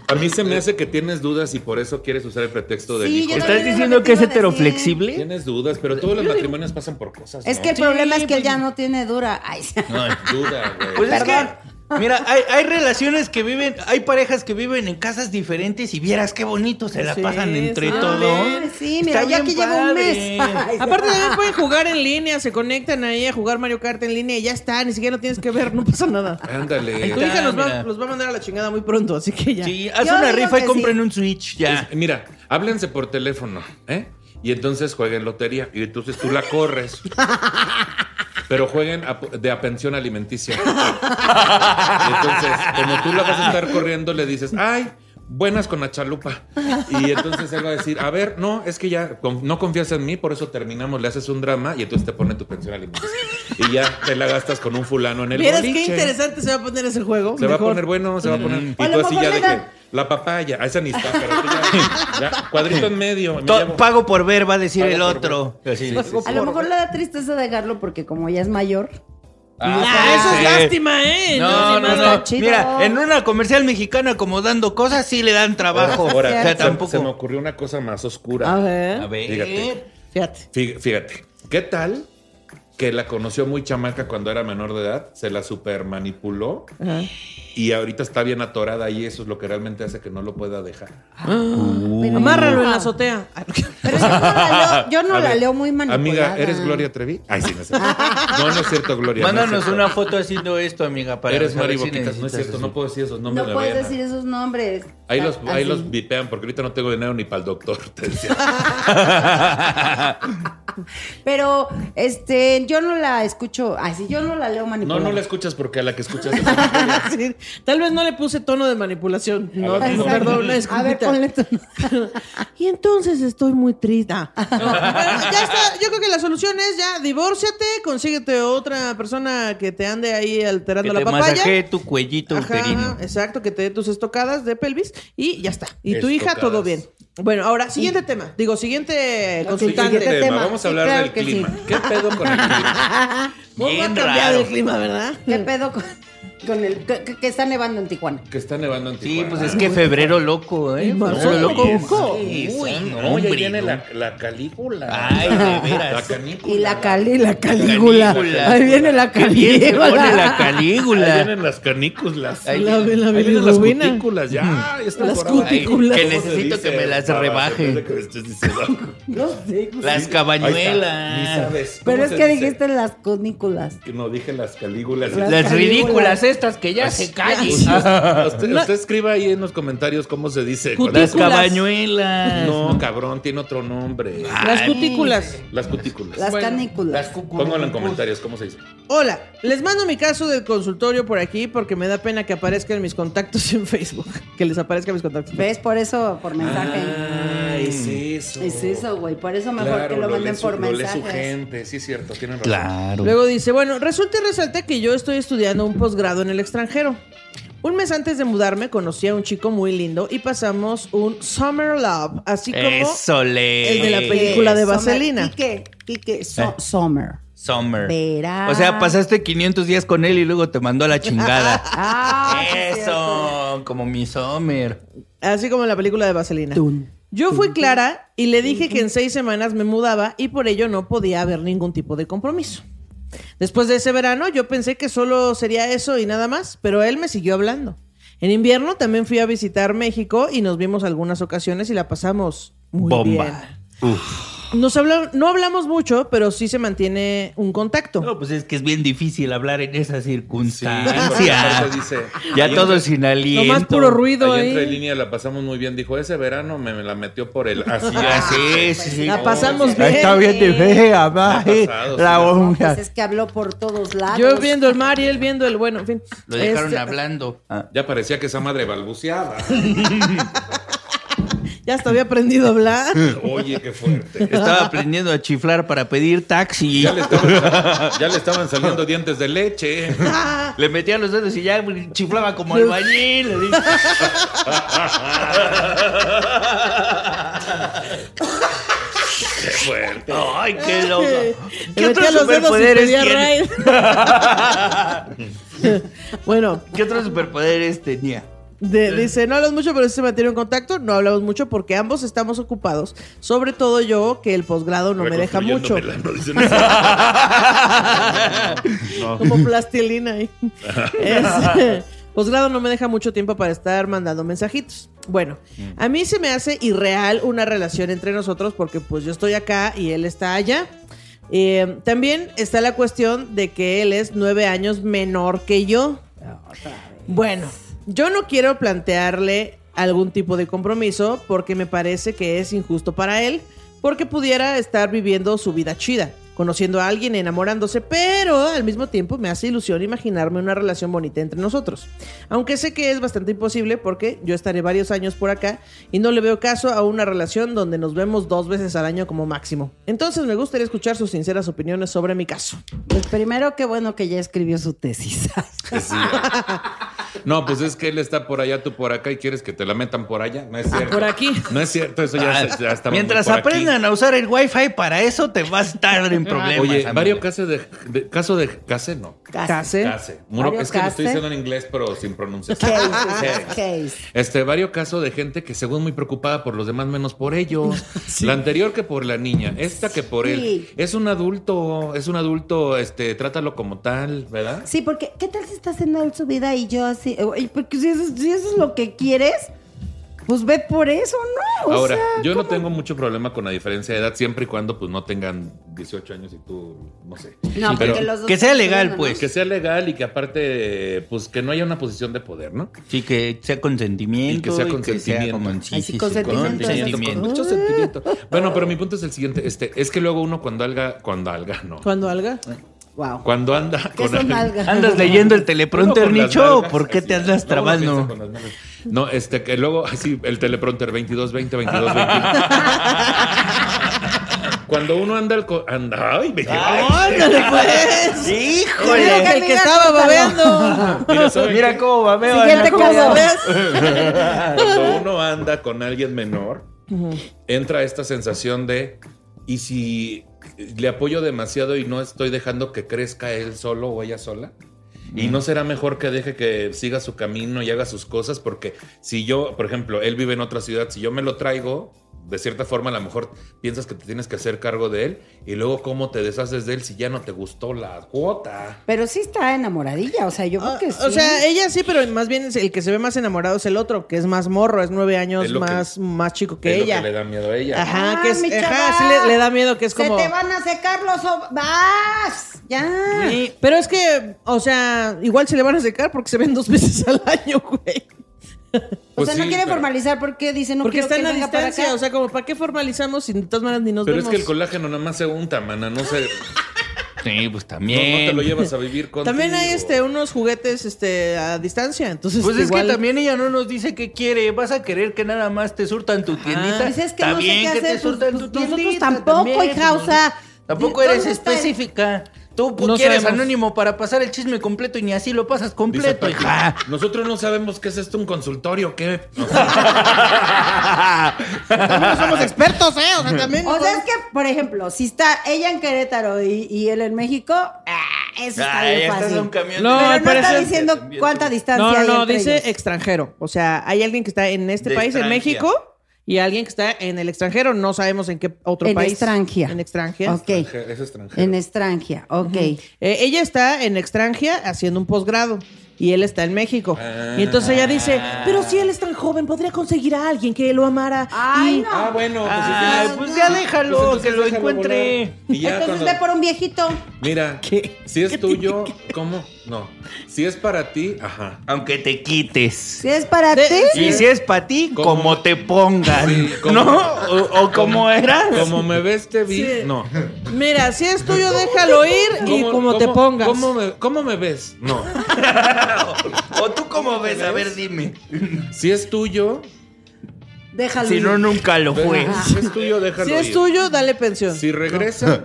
Speaker 2: A mí se me hace que tienes dudas y por eso quieres usar el pretexto de
Speaker 4: Sí, yo
Speaker 3: ¿Estás
Speaker 4: también es lo
Speaker 3: diciendo
Speaker 4: que
Speaker 3: que es
Speaker 4: te iba a
Speaker 3: heteroflexible?
Speaker 2: Tienes dudas, pero todos los matrimonios pasan por cosas.
Speaker 4: Es
Speaker 2: ¿no?
Speaker 4: que el
Speaker 3: Sí,
Speaker 4: problema es que
Speaker 3: pues-
Speaker 4: él ya no tiene dura. Ay,
Speaker 2: No, es duda, güey.
Speaker 3: Pues es
Speaker 4: Perdón.
Speaker 3: que, mira, hay, hay relaciones que viven, hay parejas que viven en casas diferentes y vieras qué bonito se la
Speaker 1: Sí,
Speaker 3: pasan entre
Speaker 1: sí.
Speaker 3: todos.
Speaker 4: Ah, sí, mira, yo aquí llevo un mes. Ay,
Speaker 1: Aparte también pueden jugar en línea, se conectan ahí a jugar Mario Kart en línea y ya está, ni siquiera lo tienes que ver, no pasa nada.
Speaker 2: Ándale.
Speaker 1: Tu hija
Speaker 3: está,
Speaker 1: los va,
Speaker 3: mira.
Speaker 1: los va a mandar a la chingada muy pronto, así que ya.
Speaker 3: Sí, haz
Speaker 4: Yo
Speaker 3: una
Speaker 4: digo
Speaker 3: rifa y
Speaker 4: que
Speaker 3: compren
Speaker 4: sí.
Speaker 3: un Switch ya.
Speaker 2: Es- Mira, háblense por teléfono, ¿eh? Y entonces jueguen lotería. Y entonces tú la corres. Pero jueguen a- de apensión alimenticia. Y entonces, como tú la vas a estar corriendo, le dices, ay, buenas con la chalupa. Y entonces él va a decir, a ver, no, es que ya con- no confías en mí, por eso terminamos, le haces un drama y entonces te pone tu pensión alimenticia. Y ya te la gastas con un fulano en el
Speaker 1: Vieras qué
Speaker 2: boliche.
Speaker 1: interesante se va a poner ese juego.
Speaker 2: Se va a
Speaker 1: Pues Mejor.
Speaker 2: poner bueno, se va a poner. Y
Speaker 4: O a
Speaker 2: tú
Speaker 4: lo
Speaker 2: así
Speaker 4: mejor
Speaker 2: ya
Speaker 4: le
Speaker 2: de que.
Speaker 4: dan-
Speaker 2: La papaya, a esa ni está, pero tú ya, ya, cuadrito en medio. me
Speaker 3: To-
Speaker 2: llevo.
Speaker 3: pago por ver, va a decir
Speaker 2: Pago
Speaker 3: el
Speaker 2: por Pues
Speaker 3: otro. Así.
Speaker 4: A lo mejor le da tristeza dejarlo porque como ella es mayor.
Speaker 1: Ah, eso
Speaker 3: sí.
Speaker 1: es lástima, ¿eh?
Speaker 3: No, no,
Speaker 4: está
Speaker 3: no.
Speaker 4: chido.
Speaker 3: Mira, en una comercial mexicana acomodando cosas sí le dan trabajo. O
Speaker 2: Ahora,
Speaker 3: sea,
Speaker 2: se,
Speaker 3: tampoco.
Speaker 2: se me ocurrió una cosa más oscura.
Speaker 1: A ver.
Speaker 3: A ver.
Speaker 2: Fíjate.
Speaker 1: Fíjate.
Speaker 2: Fí- Fíjate. ¿Qué tal que la conoció muy chamaca cuando era menor de edad? Se la super manipuló
Speaker 1: Ajá.
Speaker 2: y ahorita está bien atorada y eso es lo que realmente hace que no lo pueda dejar.
Speaker 4: Pero-
Speaker 1: Amárralo en la azotea.
Speaker 4: Ah.
Speaker 1: Ay,
Speaker 4: Pero yo no la leo, yo no
Speaker 2: A
Speaker 4: la
Speaker 2: ver,
Speaker 4: leo muy manipulada.
Speaker 2: Amiga, ¿eres Gloria Trevi? Ay, sí, no es cierto. No, no es cierto, Gloria. no es
Speaker 3: Mándanos
Speaker 2: cierto.
Speaker 3: una foto haciendo esto, amiga, para
Speaker 2: Eres Mari
Speaker 3: saber si
Speaker 2: Boquitas, no es
Speaker 3: necesitas
Speaker 2: cierto,
Speaker 3: eso.
Speaker 2: no puedo decir esos
Speaker 4: No
Speaker 2: nombres. me
Speaker 4: puedes
Speaker 2: vayan a-
Speaker 4: decir esos nombres.
Speaker 2: Ahí los,
Speaker 4: Así.
Speaker 2: ahí los vipean porque ahorita no tengo dinero ni para el doctor. Te decía.
Speaker 4: Pero este, yo no la escucho. Ay, sí, yo no la leo
Speaker 2: No,
Speaker 4: manipulada.
Speaker 2: no la escuchas porque a la que escuchas.
Speaker 1: Sí, Tal vez no le puse tono de manipulación. No,
Speaker 2: ver,
Speaker 1: no,
Speaker 2: no.
Speaker 1: perdón, una
Speaker 4: A
Speaker 1: disculpita.
Speaker 4: ver, ponle tu...
Speaker 1: y entonces estoy muy triste. Ah, no. Bueno, ya está. Yo creo que la solución es ya divórciate, consíguete otra persona que te ande ahí
Speaker 3: Que
Speaker 1: alterando
Speaker 3: te
Speaker 1: la papaya.
Speaker 3: masajee tu cuellito
Speaker 1: Ajá,
Speaker 3: uterino.
Speaker 1: ajá, exacto, que te dé tus estocadas de pelvis y ya está. Y tu hija,
Speaker 2: Estocadas.
Speaker 1: todo bien. Bueno, ahora, siguiente tema. Digo, siguiente
Speaker 2: Siguiente
Speaker 1: consultante.
Speaker 2: tema.
Speaker 4: tema.
Speaker 2: Vamos a
Speaker 4: Sí,
Speaker 2: hablar
Speaker 4: claro
Speaker 2: del
Speaker 4: que sí.
Speaker 2: clima. ¿Qué pedo con el clima?
Speaker 1: ¿Cómo ha
Speaker 3: Bien
Speaker 1: cambiado
Speaker 3: raro.
Speaker 1: el clima, verdad?
Speaker 4: ¿Qué pedo con, con el que, que- que está nevando en Tijuana?
Speaker 2: Que está nevando en
Speaker 3: Sí,
Speaker 2: Tijuana.
Speaker 3: pues es que febrero loco, ¿eh?
Speaker 1: Y marzo
Speaker 3: Febrero
Speaker 1: tampoco.
Speaker 3: Sí,
Speaker 2: Uy,
Speaker 3: son,
Speaker 2: no,
Speaker 3: hombre,
Speaker 2: ya viene
Speaker 3: no.
Speaker 2: la, la calígula.
Speaker 3: Ay, de veras.
Speaker 2: La canícula.
Speaker 4: Y la Cali, la
Speaker 3: Calígula.
Speaker 4: Calígula. Ahí viene la
Speaker 3: Qué bien se pone
Speaker 2: Ahí
Speaker 3: la
Speaker 4: Calígula.
Speaker 3: calígula.
Speaker 2: vienen las canículas.
Speaker 3: Ahí
Speaker 1: La- la
Speaker 2: Ahí vienen las
Speaker 1: bilirrubina.
Speaker 2: cutículas. Ya, Ay, es
Speaker 1: Las
Speaker 2: temporada.
Speaker 3: Ay,
Speaker 1: cutículas.
Speaker 3: que
Speaker 2: ¿Cómo se
Speaker 3: necesito
Speaker 2: dice,
Speaker 3: que me las
Speaker 2: Barbas? En
Speaker 3: rebaje.
Speaker 2: vez de que me estés diciendo.
Speaker 4: No sé.
Speaker 3: Las
Speaker 2: Ahí está, ni
Speaker 3: cabañuelas.
Speaker 2: sabes. ¿Cómo
Speaker 4: Pero es
Speaker 2: se
Speaker 4: que
Speaker 2: dice?
Speaker 4: dijiste las conículas.
Speaker 2: Que No, dije las calígulas.
Speaker 4: Las
Speaker 3: Las
Speaker 4: Calígulas.
Speaker 3: ridículas estas que ya se callen.
Speaker 2: Usted, usted escriba ahí en los comentarios cómo se dice. cuando-
Speaker 3: Las
Speaker 1: Cutículas.
Speaker 3: cabañuelas.
Speaker 2: No, cabrón, tiene otro nombre.
Speaker 1: Las
Speaker 3: Ay.
Speaker 1: cutículas.
Speaker 2: Las cutículas.
Speaker 4: Las
Speaker 3: Bueno,
Speaker 4: canículas.
Speaker 3: las cucurucucus.
Speaker 2: Pónganlo en comentarios, ¿cómo se dice?
Speaker 1: Hola, les mando mi caso del consultorio por aquí porque me da pena que aparezcan mis contactos en Facebook. Que les aparezcan mis contactos.
Speaker 4: ¿Ves? Por eso, por mensaje.
Speaker 2: es
Speaker 3: Mm.
Speaker 2: eso.
Speaker 4: es eso, güey. Por eso mejor
Speaker 2: Claro,
Speaker 4: que lo
Speaker 2: lee
Speaker 4: manden
Speaker 2: su-
Speaker 4: por
Speaker 2: lo lee su
Speaker 4: mensaje.
Speaker 2: gente, sí es cierto, tienen razón.
Speaker 3: Claro.
Speaker 1: Luego dice, bueno, resulta y resalta que yo estoy estudiando un posgrado en el extranjero. Un mes antes de mudarme conocí a un chico muy lindo y pasamos un summer love, así como
Speaker 3: Eso le.
Speaker 1: el de la película de
Speaker 4: Summer-
Speaker 1: Vaselina.
Speaker 4: Quique, Quique, so- Summer.
Speaker 3: Summer.
Speaker 4: Verá.
Speaker 3: O sea, pasaste 500 días con él y luego te mandó a la chingada.
Speaker 4: Ah, sí es cierto.
Speaker 3: Eso, como mi Summer.
Speaker 1: Así como en la película de Vaselina. Yo fui clara y le dije que en seis semanas me mudaba y por ello no podía haber ningún tipo de compromiso. Después de ese verano yo pensé que solo sería eso y nada más, pero él me siguió hablando. En invierno también fui a visitar México y nos vimos algunas ocasiones y la pasamos muy
Speaker 3: Bomba.
Speaker 1: bien. Nos habla- no hablamos mucho, pero sí se mantiene un contacto.
Speaker 3: No, pues es que es bien difícil hablar en esas
Speaker 2: Sí, porque
Speaker 3: circunstancias.
Speaker 2: aparte dice,
Speaker 3: ya ¿eh?
Speaker 2: ahí
Speaker 3: todo
Speaker 2: entre-
Speaker 3: sin aliento.
Speaker 1: Nomás puro ruido
Speaker 2: Ahí entre
Speaker 1: ahí.
Speaker 2: línea la pasamos muy bien. Dijo, ese verano me, me la metió por el. Así,
Speaker 3: Ah,
Speaker 2: así.
Speaker 3: sí, sí, sí.
Speaker 1: pues, La pasamos
Speaker 6: Ahí
Speaker 1: bien.
Speaker 6: Está bien de fea, va.
Speaker 2: Me ha pasado,
Speaker 6: La
Speaker 2: sí.
Speaker 6: bomba.
Speaker 4: Pues es que habló por todos lados.
Speaker 1: Yo viendo el mar y él viendo el bueno, en fin.
Speaker 3: Lo dejaron
Speaker 1: Este,
Speaker 3: hablando.
Speaker 2: Ya parecía que esa madre balbuceaba.
Speaker 1: Ya hasta había aprendido a hablar.
Speaker 2: Oye, qué fuerte.
Speaker 3: Estaba aprendiendo a chiflar para pedir taxi.
Speaker 2: Ya le, estaban, ya le estaban saliendo dientes de leche.
Speaker 3: Le metía los dedos y ya chiflaba como albañil. Le dije,
Speaker 2: Qué fuerte.
Speaker 3: Ay, qué loco.
Speaker 1: Le
Speaker 3: ¿Qué otros
Speaker 1: metía los dedos y
Speaker 3: superpoderes
Speaker 1: pedía
Speaker 3: tiene?
Speaker 1: Bueno,
Speaker 3: ¿Qué otros superpoderes tenía?
Speaker 1: de- dice, no hablamos mucho, pero sí se mantiene en contacto. No hablamos mucho porque ambos estamos ocupados. Sobre todo yo, que el posgrado no me deja mucho.
Speaker 2: Reconstruyéndome la-
Speaker 1: Como plastilina ahí. Es- posgrado no me deja mucho tiempo para estar mandando mensajitos. Bueno, a mí se me hace irreal una relación entre nosotros porque pues yo estoy acá y él está allá. Eh, también está la cuestión de que él es nueve años menor que yo. Bueno, yo no quiero plantearle algún tipo de compromiso porque me parece que es injusto para él, porque pudiera estar viviendo su vida chida, conociendo a alguien, enamorándose, pero al mismo tiempo me hace ilusión imaginarme una relación bonita entre nosotros. Aunque sé que es bastante imposible porque yo estaré varios años por acá y no le veo caso a una relación donde nos vemos dos veces al año como máximo. Entonces me gustaría escuchar sus sinceras opiniones sobre mi caso.
Speaker 4: Pues primero, qué bueno que ya escribió su tesis.
Speaker 2: Sí. No, pues es que él está por allá, tú por acá y quieres que te la metan por allá. No es cierto.
Speaker 1: Ah, por aquí.
Speaker 2: No es cierto, eso ya, se- ya está
Speaker 3: Ah, Mientras
Speaker 2: por aquí.
Speaker 3: aprendan a usar el wifi para eso, te vas a estar en problemas.
Speaker 2: Oye,
Speaker 3: amigo.
Speaker 2: Mario Case de, de- caso de Case, no.
Speaker 1: Case.
Speaker 2: Case. Muro-
Speaker 4: Mario
Speaker 2: es que lo estoy
Speaker 4: Case.
Speaker 2: diciendo en inglés, pero sin pronunciar.
Speaker 4: Case,
Speaker 2: Case.
Speaker 4: case.
Speaker 2: Este, varios casos de gente que según muy preocupada por los demás, menos por ellos. La anterior que por la niña, esta que por
Speaker 4: Sí.
Speaker 2: él. Es un adulto, es un adulto, este, trátalo como tal, ¿verdad?
Speaker 4: Sí, porque ¿qué tal si está haciendo él su vida y yo así? Oye, Porque si eso, si eso es lo que quieres, pues ve por eso, ¿no? O
Speaker 2: Ahora,
Speaker 4: sea,
Speaker 2: yo no
Speaker 4: ¿cómo?
Speaker 2: tengo mucho problema con la diferencia de edad, siempre y cuando pues no tengan 18 años y tú, no sé.
Speaker 4: No, porque
Speaker 2: pero-
Speaker 4: los dos
Speaker 3: que sea
Speaker 4: están
Speaker 3: legal,
Speaker 4: saliendo, ¿no?
Speaker 3: pues.
Speaker 2: Que sea legal y que aparte, pues que no haya una posición de poder, ¿no?
Speaker 3: Sí, que sea consentimiento.
Speaker 2: Y que sea
Speaker 3: y
Speaker 2: consentimiento.
Speaker 3: como- sí,
Speaker 4: Ay, sí,
Speaker 3: sí, sí,
Speaker 4: consentimiento,
Speaker 2: Con mucho
Speaker 4: Ah.
Speaker 2: sentimiento. Bueno, pero mi punto es el siguiente, este, es que luego uno cuando alga, cuando alga, no.
Speaker 1: Cuando alga.
Speaker 4: Wow.
Speaker 2: Cuando anda
Speaker 4: ¿Qué
Speaker 2: con
Speaker 4: son
Speaker 2: alguien-
Speaker 4: algas?
Speaker 3: ¿Andas leyendo el teleprompter,
Speaker 2: Uno con las
Speaker 3: Nicho?
Speaker 2: nalgas,
Speaker 3: ¿O ¿Por qué
Speaker 2: así,
Speaker 3: te andas
Speaker 2: luego uno piensa
Speaker 3: trabando?
Speaker 2: con las nalgas. No, este, que luego, así, el teleprompter 22, 20, 22, 21. Cuando uno anda al. co- Anda, ay, me lleva-
Speaker 3: Ah,
Speaker 1: ¡Ándale, pues!
Speaker 4: Mira
Speaker 1: Mira
Speaker 3: ¡Híjole!
Speaker 1: que el que estaba babeando.
Speaker 2: Mira, ¿saben
Speaker 3: Mira
Speaker 2: qué?
Speaker 3: cómo babeo.
Speaker 4: Siguiente
Speaker 3: Ana.
Speaker 4: caso.
Speaker 2: Cuando uno anda con alguien menor, entra esta sensación de. ¿Y si le apoyo demasiado y no estoy dejando que crezca él solo o ella sola? Y no será mejor que deje que siga su camino y haga sus cosas, porque si yo, por ejemplo, él vive en otra ciudad, si yo me lo traigo, de cierta forma a lo mejor piensas que te tienes que hacer cargo de él y luego cómo te deshaces de él si ya no te gustó la cuota.
Speaker 4: Pero sí está enamoradilla, o sea, yo creo que sí.
Speaker 1: Ah, O sea, ella sí, pero más bien es el que se ve más enamorado es el otro, que es más morro, es nueve años
Speaker 2: Es lo que-
Speaker 1: más, más chico
Speaker 2: es
Speaker 1: que
Speaker 2: lo que le
Speaker 1: ella.
Speaker 2: da miedo a ella.
Speaker 1: Ajá,
Speaker 4: Ah,
Speaker 1: que es,
Speaker 4: mi
Speaker 1: ajá,
Speaker 4: chaval.
Speaker 1: sí le, le da miedo, que es como.
Speaker 4: Se te van a secar los ov- ¡Vas! Ya.
Speaker 1: Sí, Pero es que, o sea, igual se le van a secar porque se ven dos veces al año, güey.
Speaker 4: O
Speaker 2: Pues
Speaker 4: sea, no
Speaker 2: sí,
Speaker 4: quiere
Speaker 2: pero-
Speaker 4: formalizar porque dice no
Speaker 1: porque
Speaker 4: quiero
Speaker 1: están
Speaker 4: que
Speaker 1: a
Speaker 4: venga para
Speaker 1: distancia,
Speaker 4: acá.
Speaker 1: o sea, como, ¿para qué formalizamos si de todas maneras ni nos
Speaker 2: Pero es
Speaker 1: vemos?
Speaker 2: que el colágeno nada más se unta, mana, no se no,
Speaker 3: Sí, pues
Speaker 2: no te
Speaker 3: también.
Speaker 2: lo llevas a vivir con
Speaker 1: También hay este, unos juguetes este, a distancia, entonces.
Speaker 3: Pues es que
Speaker 1: igual-
Speaker 3: también ella no nos dice qué quiere. Vas a querer que nada más te surtan tu tiendita.
Speaker 4: Pues es que
Speaker 3: Está
Speaker 4: no sé
Speaker 3: bien
Speaker 4: qué
Speaker 3: que
Speaker 4: hacer,
Speaker 3: te surtan
Speaker 4: pues,
Speaker 3: tu
Speaker 4: pues, nosotros
Speaker 3: tiendita
Speaker 4: tampoco,
Speaker 3: también,
Speaker 4: hija,
Speaker 3: pues,
Speaker 4: o sea,
Speaker 3: Tampoco
Speaker 4: ¿dónde
Speaker 3: eres
Speaker 4: está el-
Speaker 3: específica. Tú pues,
Speaker 1: No
Speaker 3: quieres
Speaker 1: sabemos.
Speaker 3: anónimo para pasar el chisme completo y ni así lo pasas
Speaker 2: Dice
Speaker 3: completo,
Speaker 2: Pati,
Speaker 3: hija.
Speaker 2: Nosotros no sabemos qué es esto, un consultorio, qué.
Speaker 1: También no somos expertos, ¿eh? O sea, también.
Speaker 4: O
Speaker 1: no-
Speaker 4: sea, es que, por ejemplo, si está ella en Querétaro y, y él en México, ah, eso está
Speaker 3: Ay,
Speaker 4: bien
Speaker 2: este
Speaker 3: estás
Speaker 4: fácil.
Speaker 3: en un camión.
Speaker 1: No,
Speaker 4: Pero
Speaker 1: al
Speaker 4: no está
Speaker 1: parecer-
Speaker 4: diciendo cuánta distancia
Speaker 1: No,
Speaker 4: hay
Speaker 1: no,
Speaker 4: entre
Speaker 1: dice
Speaker 4: ellos.
Speaker 1: extranjero. O sea, hay alguien que está en este
Speaker 2: De
Speaker 1: país, en
Speaker 2: extranjia.
Speaker 1: México, y alguien que está en el extranjero, no sabemos en qué otro
Speaker 5: En
Speaker 1: país.
Speaker 5: extranjera.
Speaker 1: En extranjera.
Speaker 5: Ok.
Speaker 2: Extranje- Es extranjero.
Speaker 5: En extranjia, ok.
Speaker 1: Eh, ella está en extranjera haciendo un posgrado y él está en México. Y entonces ella dice, pero si él es tan joven, podría conseguir a alguien que lo amara.
Speaker 4: Ay,
Speaker 1: Y-
Speaker 4: no.
Speaker 2: Ah, bueno. Pues,
Speaker 3: Ay,
Speaker 2: entonces-
Speaker 3: pues ya déjalo,
Speaker 2: pues entonces
Speaker 3: que lo
Speaker 2: déjalo
Speaker 3: encuentre.
Speaker 2: volar. Y ya
Speaker 4: Entonces
Speaker 2: cuando-
Speaker 4: ve por un viejito.
Speaker 2: Mira,
Speaker 1: ¿Qué?
Speaker 2: si es tuyo, ¿cómo? No. Si es para ti, ajá.
Speaker 3: Aunque te quites.
Speaker 5: Si es para
Speaker 1: De-
Speaker 5: ti,
Speaker 3: Y si es para ti,
Speaker 2: ¿Cómo?
Speaker 3: como te pongan.
Speaker 2: Sí, ¿cómo?
Speaker 3: ¿No? O, o como eras.
Speaker 2: Como me ves, te vi.
Speaker 1: Sí.
Speaker 2: No.
Speaker 1: Mira, si es tuyo, déjalo ir y
Speaker 2: ¿Cómo-
Speaker 1: como te
Speaker 2: cómo-
Speaker 1: pongas.
Speaker 2: ¿cómo me, cómo me ves? No.
Speaker 3: O tú como ves, a ver, dime.
Speaker 2: Si es tuyo,
Speaker 5: déjalo.
Speaker 3: Si
Speaker 5: ir.
Speaker 3: no, nunca lo fue.
Speaker 2: si es tuyo, déjalo
Speaker 1: si es
Speaker 2: ir.
Speaker 1: tuyo, dale pensión.
Speaker 2: Si regresa,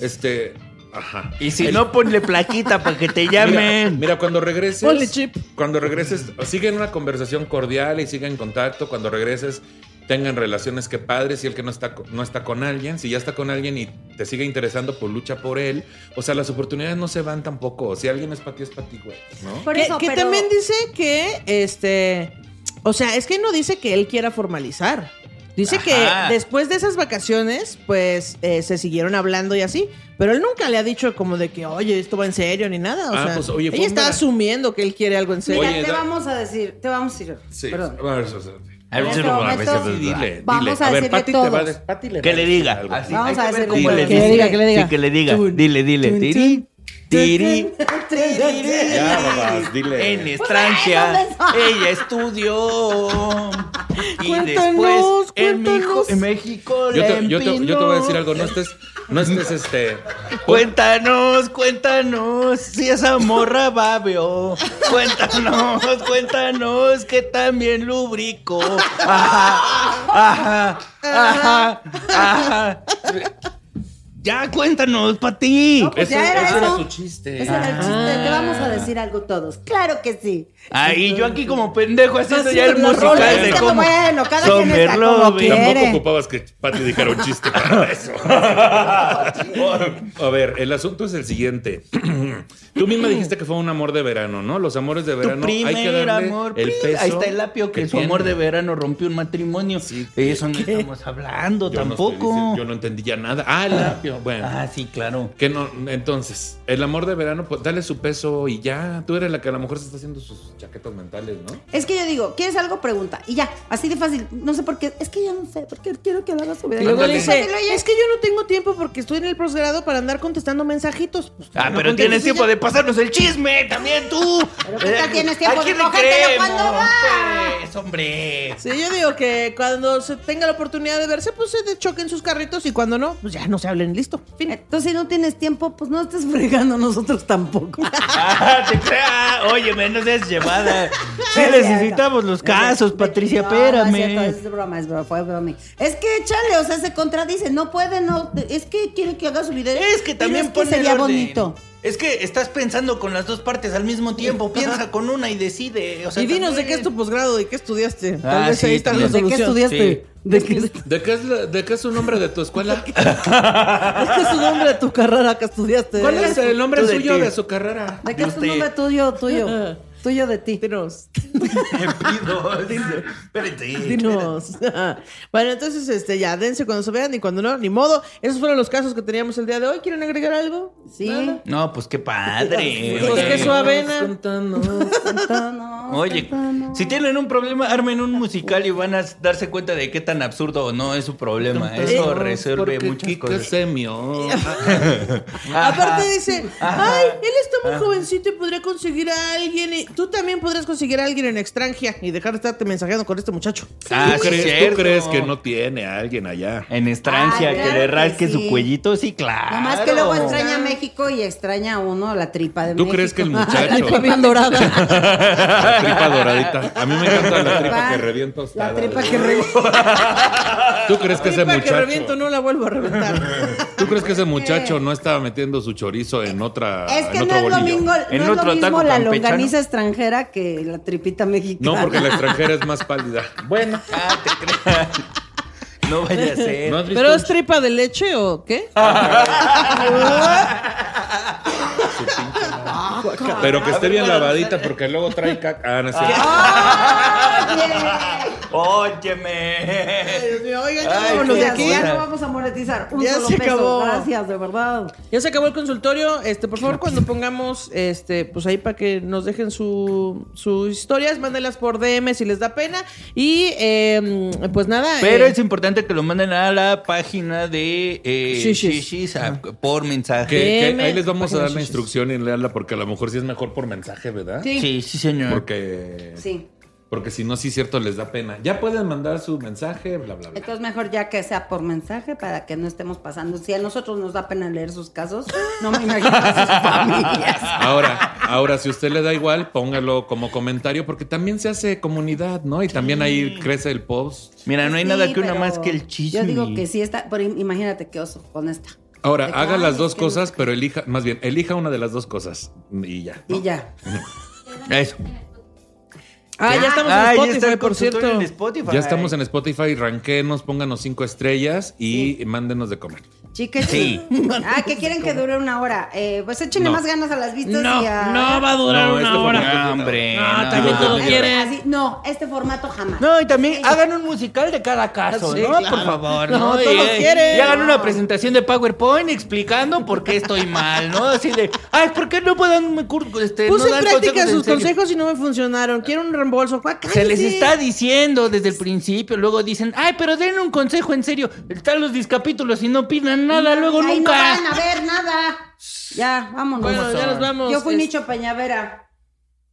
Speaker 2: este, ajá.
Speaker 3: Y si no, ponle plaquita para que te llamen.
Speaker 2: Mira, mira, cuando regreses.
Speaker 1: Ponle chip.
Speaker 2: Cuando regreses, siguen una conversación cordial y siguen en contacto. Cuando regreses, tengan relaciones que padres. Si el que no está, co- no está con alguien, si ya está con alguien y te sigue interesando, pues lucha por él. O sea, las oportunidades no se van tampoco. Si alguien es para ti, es para ti, güey. ¿No?
Speaker 4: Por
Speaker 1: que
Speaker 4: eso,
Speaker 1: que
Speaker 4: pero-
Speaker 1: también dice que, este, o sea, es que no dice que él quiera formalizar. Dice
Speaker 3: Ajá.
Speaker 1: que después de esas vacaciones, pues eh, se siguieron hablando y así, pero él nunca le ha dicho como de que, oye, esto va en serio ni nada. O
Speaker 2: Ah,
Speaker 1: sea,
Speaker 2: pues, oye, fue
Speaker 1: ella
Speaker 2: un
Speaker 1: está
Speaker 2: vera-
Speaker 1: asumiendo que él quiere algo en serio.
Speaker 2: Oye,
Speaker 5: Mira, te
Speaker 2: da-
Speaker 5: vamos a decir, te vamos a decir.
Speaker 2: Sí.
Speaker 5: Perdón.
Speaker 2: A ver, o sea,
Speaker 3: A ver,
Speaker 5: En
Speaker 3: si
Speaker 5: este
Speaker 3: no, a ver,
Speaker 5: momento-
Speaker 3: si no,
Speaker 2: sí, dile,
Speaker 5: Vamos
Speaker 2: dile.
Speaker 5: a
Speaker 2: ver,
Speaker 5: decirle
Speaker 2: Pati te va a
Speaker 5: todos.
Speaker 2: des- Pati le va
Speaker 3: Que
Speaker 2: a
Speaker 3: le
Speaker 2: decir
Speaker 3: diga.
Speaker 2: algo.
Speaker 3: Así,
Speaker 5: Vamos
Speaker 3: hay que
Speaker 5: a
Speaker 3: ver
Speaker 5: decirle
Speaker 3: cómo
Speaker 5: cómo
Speaker 3: le
Speaker 5: le
Speaker 1: Que le
Speaker 3: dice.
Speaker 1: diga, que le diga.
Speaker 3: Sí, que le diga.
Speaker 1: Chun,
Speaker 3: Dile, dile. Tiri, tiri.
Speaker 2: Ya, babas, dile.
Speaker 3: En extranjera, ella estudió. Y después
Speaker 1: Cuéntanos,
Speaker 3: en,
Speaker 1: cuéntanos.
Speaker 3: Mejo- en México
Speaker 2: Yo
Speaker 3: la
Speaker 2: te, yo te- yo te voy a decir
Speaker 3: empinó.
Speaker 2: algo, no estés, no estés este.
Speaker 3: Cuéntanos, cuéntanos si esa morra babeó. Cuéntanos, cuéntanos que también lubricó. Ajá, ajá, ajá, ajá. Ya cuéntanos, Pati.
Speaker 5: Pues ya era
Speaker 2: ese
Speaker 5: eso.
Speaker 2: su chiste. Ah.
Speaker 5: Ese era el chiste. Te vamos a decir algo todos. Claro que sí.
Speaker 3: Ahí yo aquí como pendejo haciendo
Speaker 5: sí,
Speaker 3: ya el
Speaker 5: los
Speaker 3: musical
Speaker 5: roles,
Speaker 3: de
Speaker 5: es que
Speaker 3: cómo.
Speaker 5: bueno, cada quien está
Speaker 3: Somerlo,
Speaker 5: como
Speaker 3: güey.
Speaker 5: quiere.
Speaker 2: Tampoco ocupabas que Pati dijera un chiste para eso. A ver, el asunto es el siguiente. Tú misma dijiste que fue un amor de verano, ¿no? Los amores de
Speaker 3: Tu
Speaker 2: verano hay que
Speaker 3: primer
Speaker 2: darle
Speaker 3: amor.
Speaker 2: el
Speaker 3: pri-
Speaker 2: peso.
Speaker 3: Ahí está el apio que, su
Speaker 2: tiene.
Speaker 3: amor de verano rompió un matrimonio.
Speaker 2: Sí.
Speaker 3: De eso no estamos hablando
Speaker 2: Yo no estoy
Speaker 3: tampoco.
Speaker 2: diciendo- yo no entendí ya nada. Ah, el apio. Bueno.
Speaker 3: Ah, sí, claro.
Speaker 2: Que no, entonces, el amor de verano, pues dale su peso y ya. Tú eres la que a lo mejor se está haciendo sus chaquetas mentales, ¿no?
Speaker 4: Es que yo digo, ¿quieres algo? Pregunta. Y ya, así de fácil. No sé por qué. Es que yo no sé, porque quiero que lo haga su vida.
Speaker 1: Y luego
Speaker 2: Ándale.
Speaker 1: le
Speaker 4: Fácil,
Speaker 1: dice,
Speaker 4: oye.
Speaker 1: es que yo no tengo tiempo porque estoy en el posgrado para andar contestando mensajitos. Pues,
Speaker 3: Ah,
Speaker 1: no
Speaker 3: pero
Speaker 1: contestes
Speaker 3: tienes
Speaker 1: y
Speaker 3: tiempo
Speaker 1: ya.
Speaker 3: de pasarnos el chisme, también tú.
Speaker 4: Pero ¿qué tal
Speaker 3: Eh,
Speaker 4: tienes tiempo
Speaker 3: ¿a quién
Speaker 4: de
Speaker 3: le
Speaker 4: cogértelo
Speaker 3: creemos,
Speaker 4: cuando va?
Speaker 3: Pues, hombre.
Speaker 1: Sí, yo digo que cuando se tenga la oportunidad de verse, pues se choquen sus carritos y cuando no, pues ya no se hablen, listo. Fin.
Speaker 5: Entonces, si no tienes tiempo, pues no estés fregando nosotros tampoco.
Speaker 3: Ah, te crea. Oye, menos es llevada. Sí
Speaker 5: Es cierto.
Speaker 3: necesitamos los casos, Patricia,
Speaker 5: No, No, es,
Speaker 3: espérame.
Speaker 5: cierto, es broma, es broma, fue broma. Es que échale, o sea, se contradice, no puede, no, es que quiere que haga su video.
Speaker 3: Es que
Speaker 5: Pero
Speaker 3: también
Speaker 5: es que
Speaker 3: pone el
Speaker 5: sería
Speaker 3: orden.
Speaker 5: bonito.
Speaker 3: Es que estás pensando con las dos partes al mismo tiempo. Piensa con una y decide. O sea,
Speaker 1: y dinos de
Speaker 3: también-
Speaker 1: qué es tu posgrado, de qué estudiaste. Tal
Speaker 3: Ah,
Speaker 1: vez
Speaker 3: sí,
Speaker 1: ahí está la
Speaker 3: también.
Speaker 5: ¿De qué
Speaker 1: solución.
Speaker 5: estudiaste? ¿De qué de
Speaker 2: ¿De qué es, la- de qué es el nombre de tu escuela?
Speaker 5: qué
Speaker 1: este
Speaker 5: es su nombre de tu carrera que estudiaste?
Speaker 2: ¿Cuál es el nombre
Speaker 3: Tú de
Speaker 2: suyo
Speaker 3: ti.
Speaker 2: de su carrera?
Speaker 5: ¿De qué es tu
Speaker 3: Usted.
Speaker 5: nombre tuyo, tuyo? Tuyo de ti.
Speaker 1: Dinos,
Speaker 3: Dinos. Espérate.
Speaker 1: dinos. bueno, entonces este, ya, dense cuando se vean y cuando no, ni modo. Esos fueron los casos que teníamos el día de hoy. ¿Quieren agregar algo?
Speaker 5: Sí.
Speaker 1: Nada.
Speaker 3: No, pues qué padre.
Speaker 1: Pues
Speaker 3: Oye.
Speaker 1: qué suave, ¿no?
Speaker 3: Oye, si tienen un problema, armen un musical y van a darse cuenta de qué tan absurdo o no es su problema. Eso resuelve muchas cosas. Ah, Ajá.
Speaker 1: Aparte dice, ay, él está muy jovencito y podría conseguir a alguien. y- tú también podrías conseguir a alguien en extranjera y dejar de estarte mensajeando con este muchacho.
Speaker 3: Ah,
Speaker 2: ¿Tú,
Speaker 3: sí,
Speaker 2: crees, tú
Speaker 3: cierto.
Speaker 2: crees que no tiene a alguien allá?
Speaker 3: En extrancia,
Speaker 5: Ay,
Speaker 3: que
Speaker 5: claro
Speaker 3: le
Speaker 5: que
Speaker 3: rasque
Speaker 5: sí.
Speaker 3: su cuellito, sí, claro.
Speaker 5: Nomás que luego extraña a México y extraña a uno la tripa de
Speaker 2: ¿Tú
Speaker 5: México.
Speaker 2: crees que el
Speaker 5: La
Speaker 2: muchacho-
Speaker 5: tripa bien dorada.
Speaker 2: La tripa doradita. A mí me encanta la tripa que revienta usted.
Speaker 5: La tripa que revienta.
Speaker 2: ¿Tú crees que ese
Speaker 1: Tripa que
Speaker 2: muchacho?
Speaker 1: reviento, no la vuelvo a reventar.
Speaker 2: ¿Tú crees que ese muchacho no estaba metiendo su chorizo en otra
Speaker 5: Es que
Speaker 2: Ah, en
Speaker 5: no
Speaker 2: otro
Speaker 5: es lo
Speaker 2: bolillo?
Speaker 5: mismo,
Speaker 3: En
Speaker 5: no es
Speaker 3: otro
Speaker 5: lo mismo
Speaker 3: taco
Speaker 5: la
Speaker 3: campechano.
Speaker 5: longaniza extranjera que la tripita mexicana.
Speaker 2: No, porque la extranjera es más pálida. Bueno,
Speaker 3: Ah, te creas. No vaya a ser.
Speaker 2: ¿no has visto
Speaker 1: ¿Pero
Speaker 2: un
Speaker 1: es
Speaker 5: este
Speaker 1: tripa de leche o qué?
Speaker 2: chica?
Speaker 5: Ah,
Speaker 2: Pero que esté bien lavadita porque luego trae caca. Ah, no es cierto.
Speaker 5: Oye.
Speaker 3: Óyeme.
Speaker 1: Dios mío, oigan, ya
Speaker 3: Ay,
Speaker 1: vámonos de
Speaker 5: Ya,
Speaker 1: aquí.
Speaker 5: ya no vamos a monetizar un
Speaker 1: Ya
Speaker 5: solo
Speaker 1: se
Speaker 5: peso.
Speaker 1: acabó.
Speaker 5: Gracias, de verdad.
Speaker 1: Ya se acabó el consultorio. Este, por favor, cuando pongamos, este, pues ahí para que nos dejen su- sus historias, mándenlas por DM si les da pena. Y eh, pues nada.
Speaker 3: Pero
Speaker 1: eh,
Speaker 3: es importante que lo manden a la página de eh,
Speaker 1: Shishis.
Speaker 3: Shishis a- por mensaje.
Speaker 2: Que, que
Speaker 1: DM,
Speaker 2: ahí les vamos a
Speaker 1: páginas
Speaker 2: dar la
Speaker 1: sucias.
Speaker 2: instrucción y leanla porque a lo mejor sí es mejor por mensaje, ¿verdad?
Speaker 3: Sí, sí, señor.
Speaker 2: Porque,
Speaker 4: Sí.
Speaker 2: porque si no, sí cierto, les da pena. Ya pueden mandar su mensaje, bla, bla, bla.
Speaker 4: Entonces mejor ya que sea por mensaje para que no estemos pasando. Si a nosotros nos da pena leer sus casos, no me imagino a sus familias.
Speaker 2: Ahora, ahora, si a usted le da igual, póngalo como comentario porque también se hace comunidad, ¿no? Y también ahí crece el post.
Speaker 3: Mira, no hay
Speaker 4: Sí,
Speaker 3: nada que una
Speaker 4: pero
Speaker 3: más que el chisme.
Speaker 4: Yo digo que sí está, pero im- imagínate qué oso con esta.
Speaker 2: Ahora,
Speaker 4: De que,
Speaker 2: haga
Speaker 4: ay,
Speaker 2: las
Speaker 4: es
Speaker 2: dos
Speaker 4: que no sé
Speaker 2: cosas, pero elija, más bien, elija una de las dos cosas y ya.
Speaker 4: Y ya.
Speaker 3: Eso.
Speaker 1: ah, ya estamos
Speaker 3: Ah,
Speaker 1: en
Speaker 3: ya
Speaker 1: Spotify,
Speaker 3: está el
Speaker 1: por
Speaker 3: consultorio
Speaker 1: cierto.
Speaker 3: en Spotify.
Speaker 2: Ya estamos en Spotify, ranquenos, pónganos cinco estrellas y mándenos de comer.
Speaker 4: Chicas,
Speaker 3: Sí.
Speaker 4: Ah, que quieren que dure una hora. Eh, pues échenle
Speaker 2: No.
Speaker 4: más ganas a las vistas y a.
Speaker 1: a
Speaker 2: No, este fue una-
Speaker 3: No, hombre.
Speaker 1: Ah, también
Speaker 2: todo
Speaker 4: Así-
Speaker 1: quiere.
Speaker 4: así- no, este formato jamás.
Speaker 3: No, y también hagan un musical de cada caso,
Speaker 1: Sí,
Speaker 3: ¿no?
Speaker 1: claro.
Speaker 3: Por favor,
Speaker 1: No,
Speaker 3: ¿no?
Speaker 1: todos
Speaker 3: y,
Speaker 1: quieren.
Speaker 3: y hagan una presentación de PowerPoint explicando por qué estoy mal, ¿no? Así de, ay, ¿por qué no pueden me cur- este, no
Speaker 1: Puse en
Speaker 3: dan
Speaker 1: práctica
Speaker 3: consejos en
Speaker 1: sus
Speaker 3: serio?
Speaker 1: consejos y no me funcionaron. Quiero un reembolso. Juan,
Speaker 3: Se les
Speaker 1: cállese.
Speaker 3: está diciendo desde el principio, luego dicen, ay, pero den un consejo en serio. Están los discapítulos y no opinan nada, luego
Speaker 4: Ahí
Speaker 3: nunca.
Speaker 4: no van a ver nada. Ya, vámonos.
Speaker 1: Bueno, ya nos vamos.
Speaker 4: Yo fui
Speaker 1: Es-
Speaker 4: Nicho Peñavera.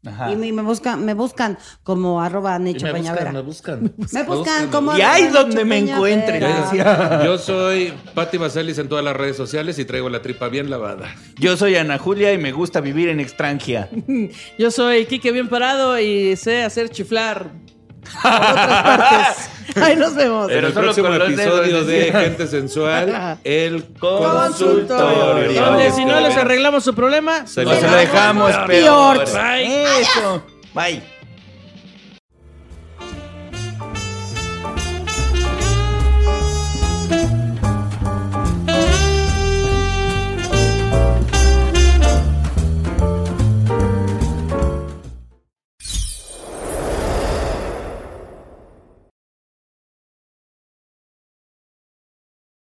Speaker 3: Ajá.
Speaker 4: Y me, me buscan, me buscan como arroba Nicho
Speaker 2: me
Speaker 4: Peñavera.
Speaker 2: buscan, me buscan.
Speaker 4: me buscan como
Speaker 3: Y
Speaker 4: arroba
Speaker 3: ahí es
Speaker 4: Nicho
Speaker 3: donde me
Speaker 4: Peñavera.
Speaker 3: encuentren. decía.
Speaker 2: Yo soy Patti Vaselis en todas las redes sociales y traigo la tripa bien lavada.
Speaker 3: Yo soy Ana Julia y me gusta vivir en extranjia.
Speaker 1: Yo soy Kike Bien Parado y sé hacer chiflar.
Speaker 5: Ahí nos vemos.
Speaker 2: en
Speaker 3: Pero
Speaker 2: el
Speaker 3: solo
Speaker 2: próximo
Speaker 3: con los dedos,
Speaker 2: episodio de
Speaker 3: decía.
Speaker 2: Gente Sensual, el
Speaker 3: Consultorio.
Speaker 2: consultorio.
Speaker 1: Donde si no les arreglamos su problema,
Speaker 2: Se
Speaker 3: Nos
Speaker 2: los
Speaker 3: lo dejamos peor. Eso. Bye.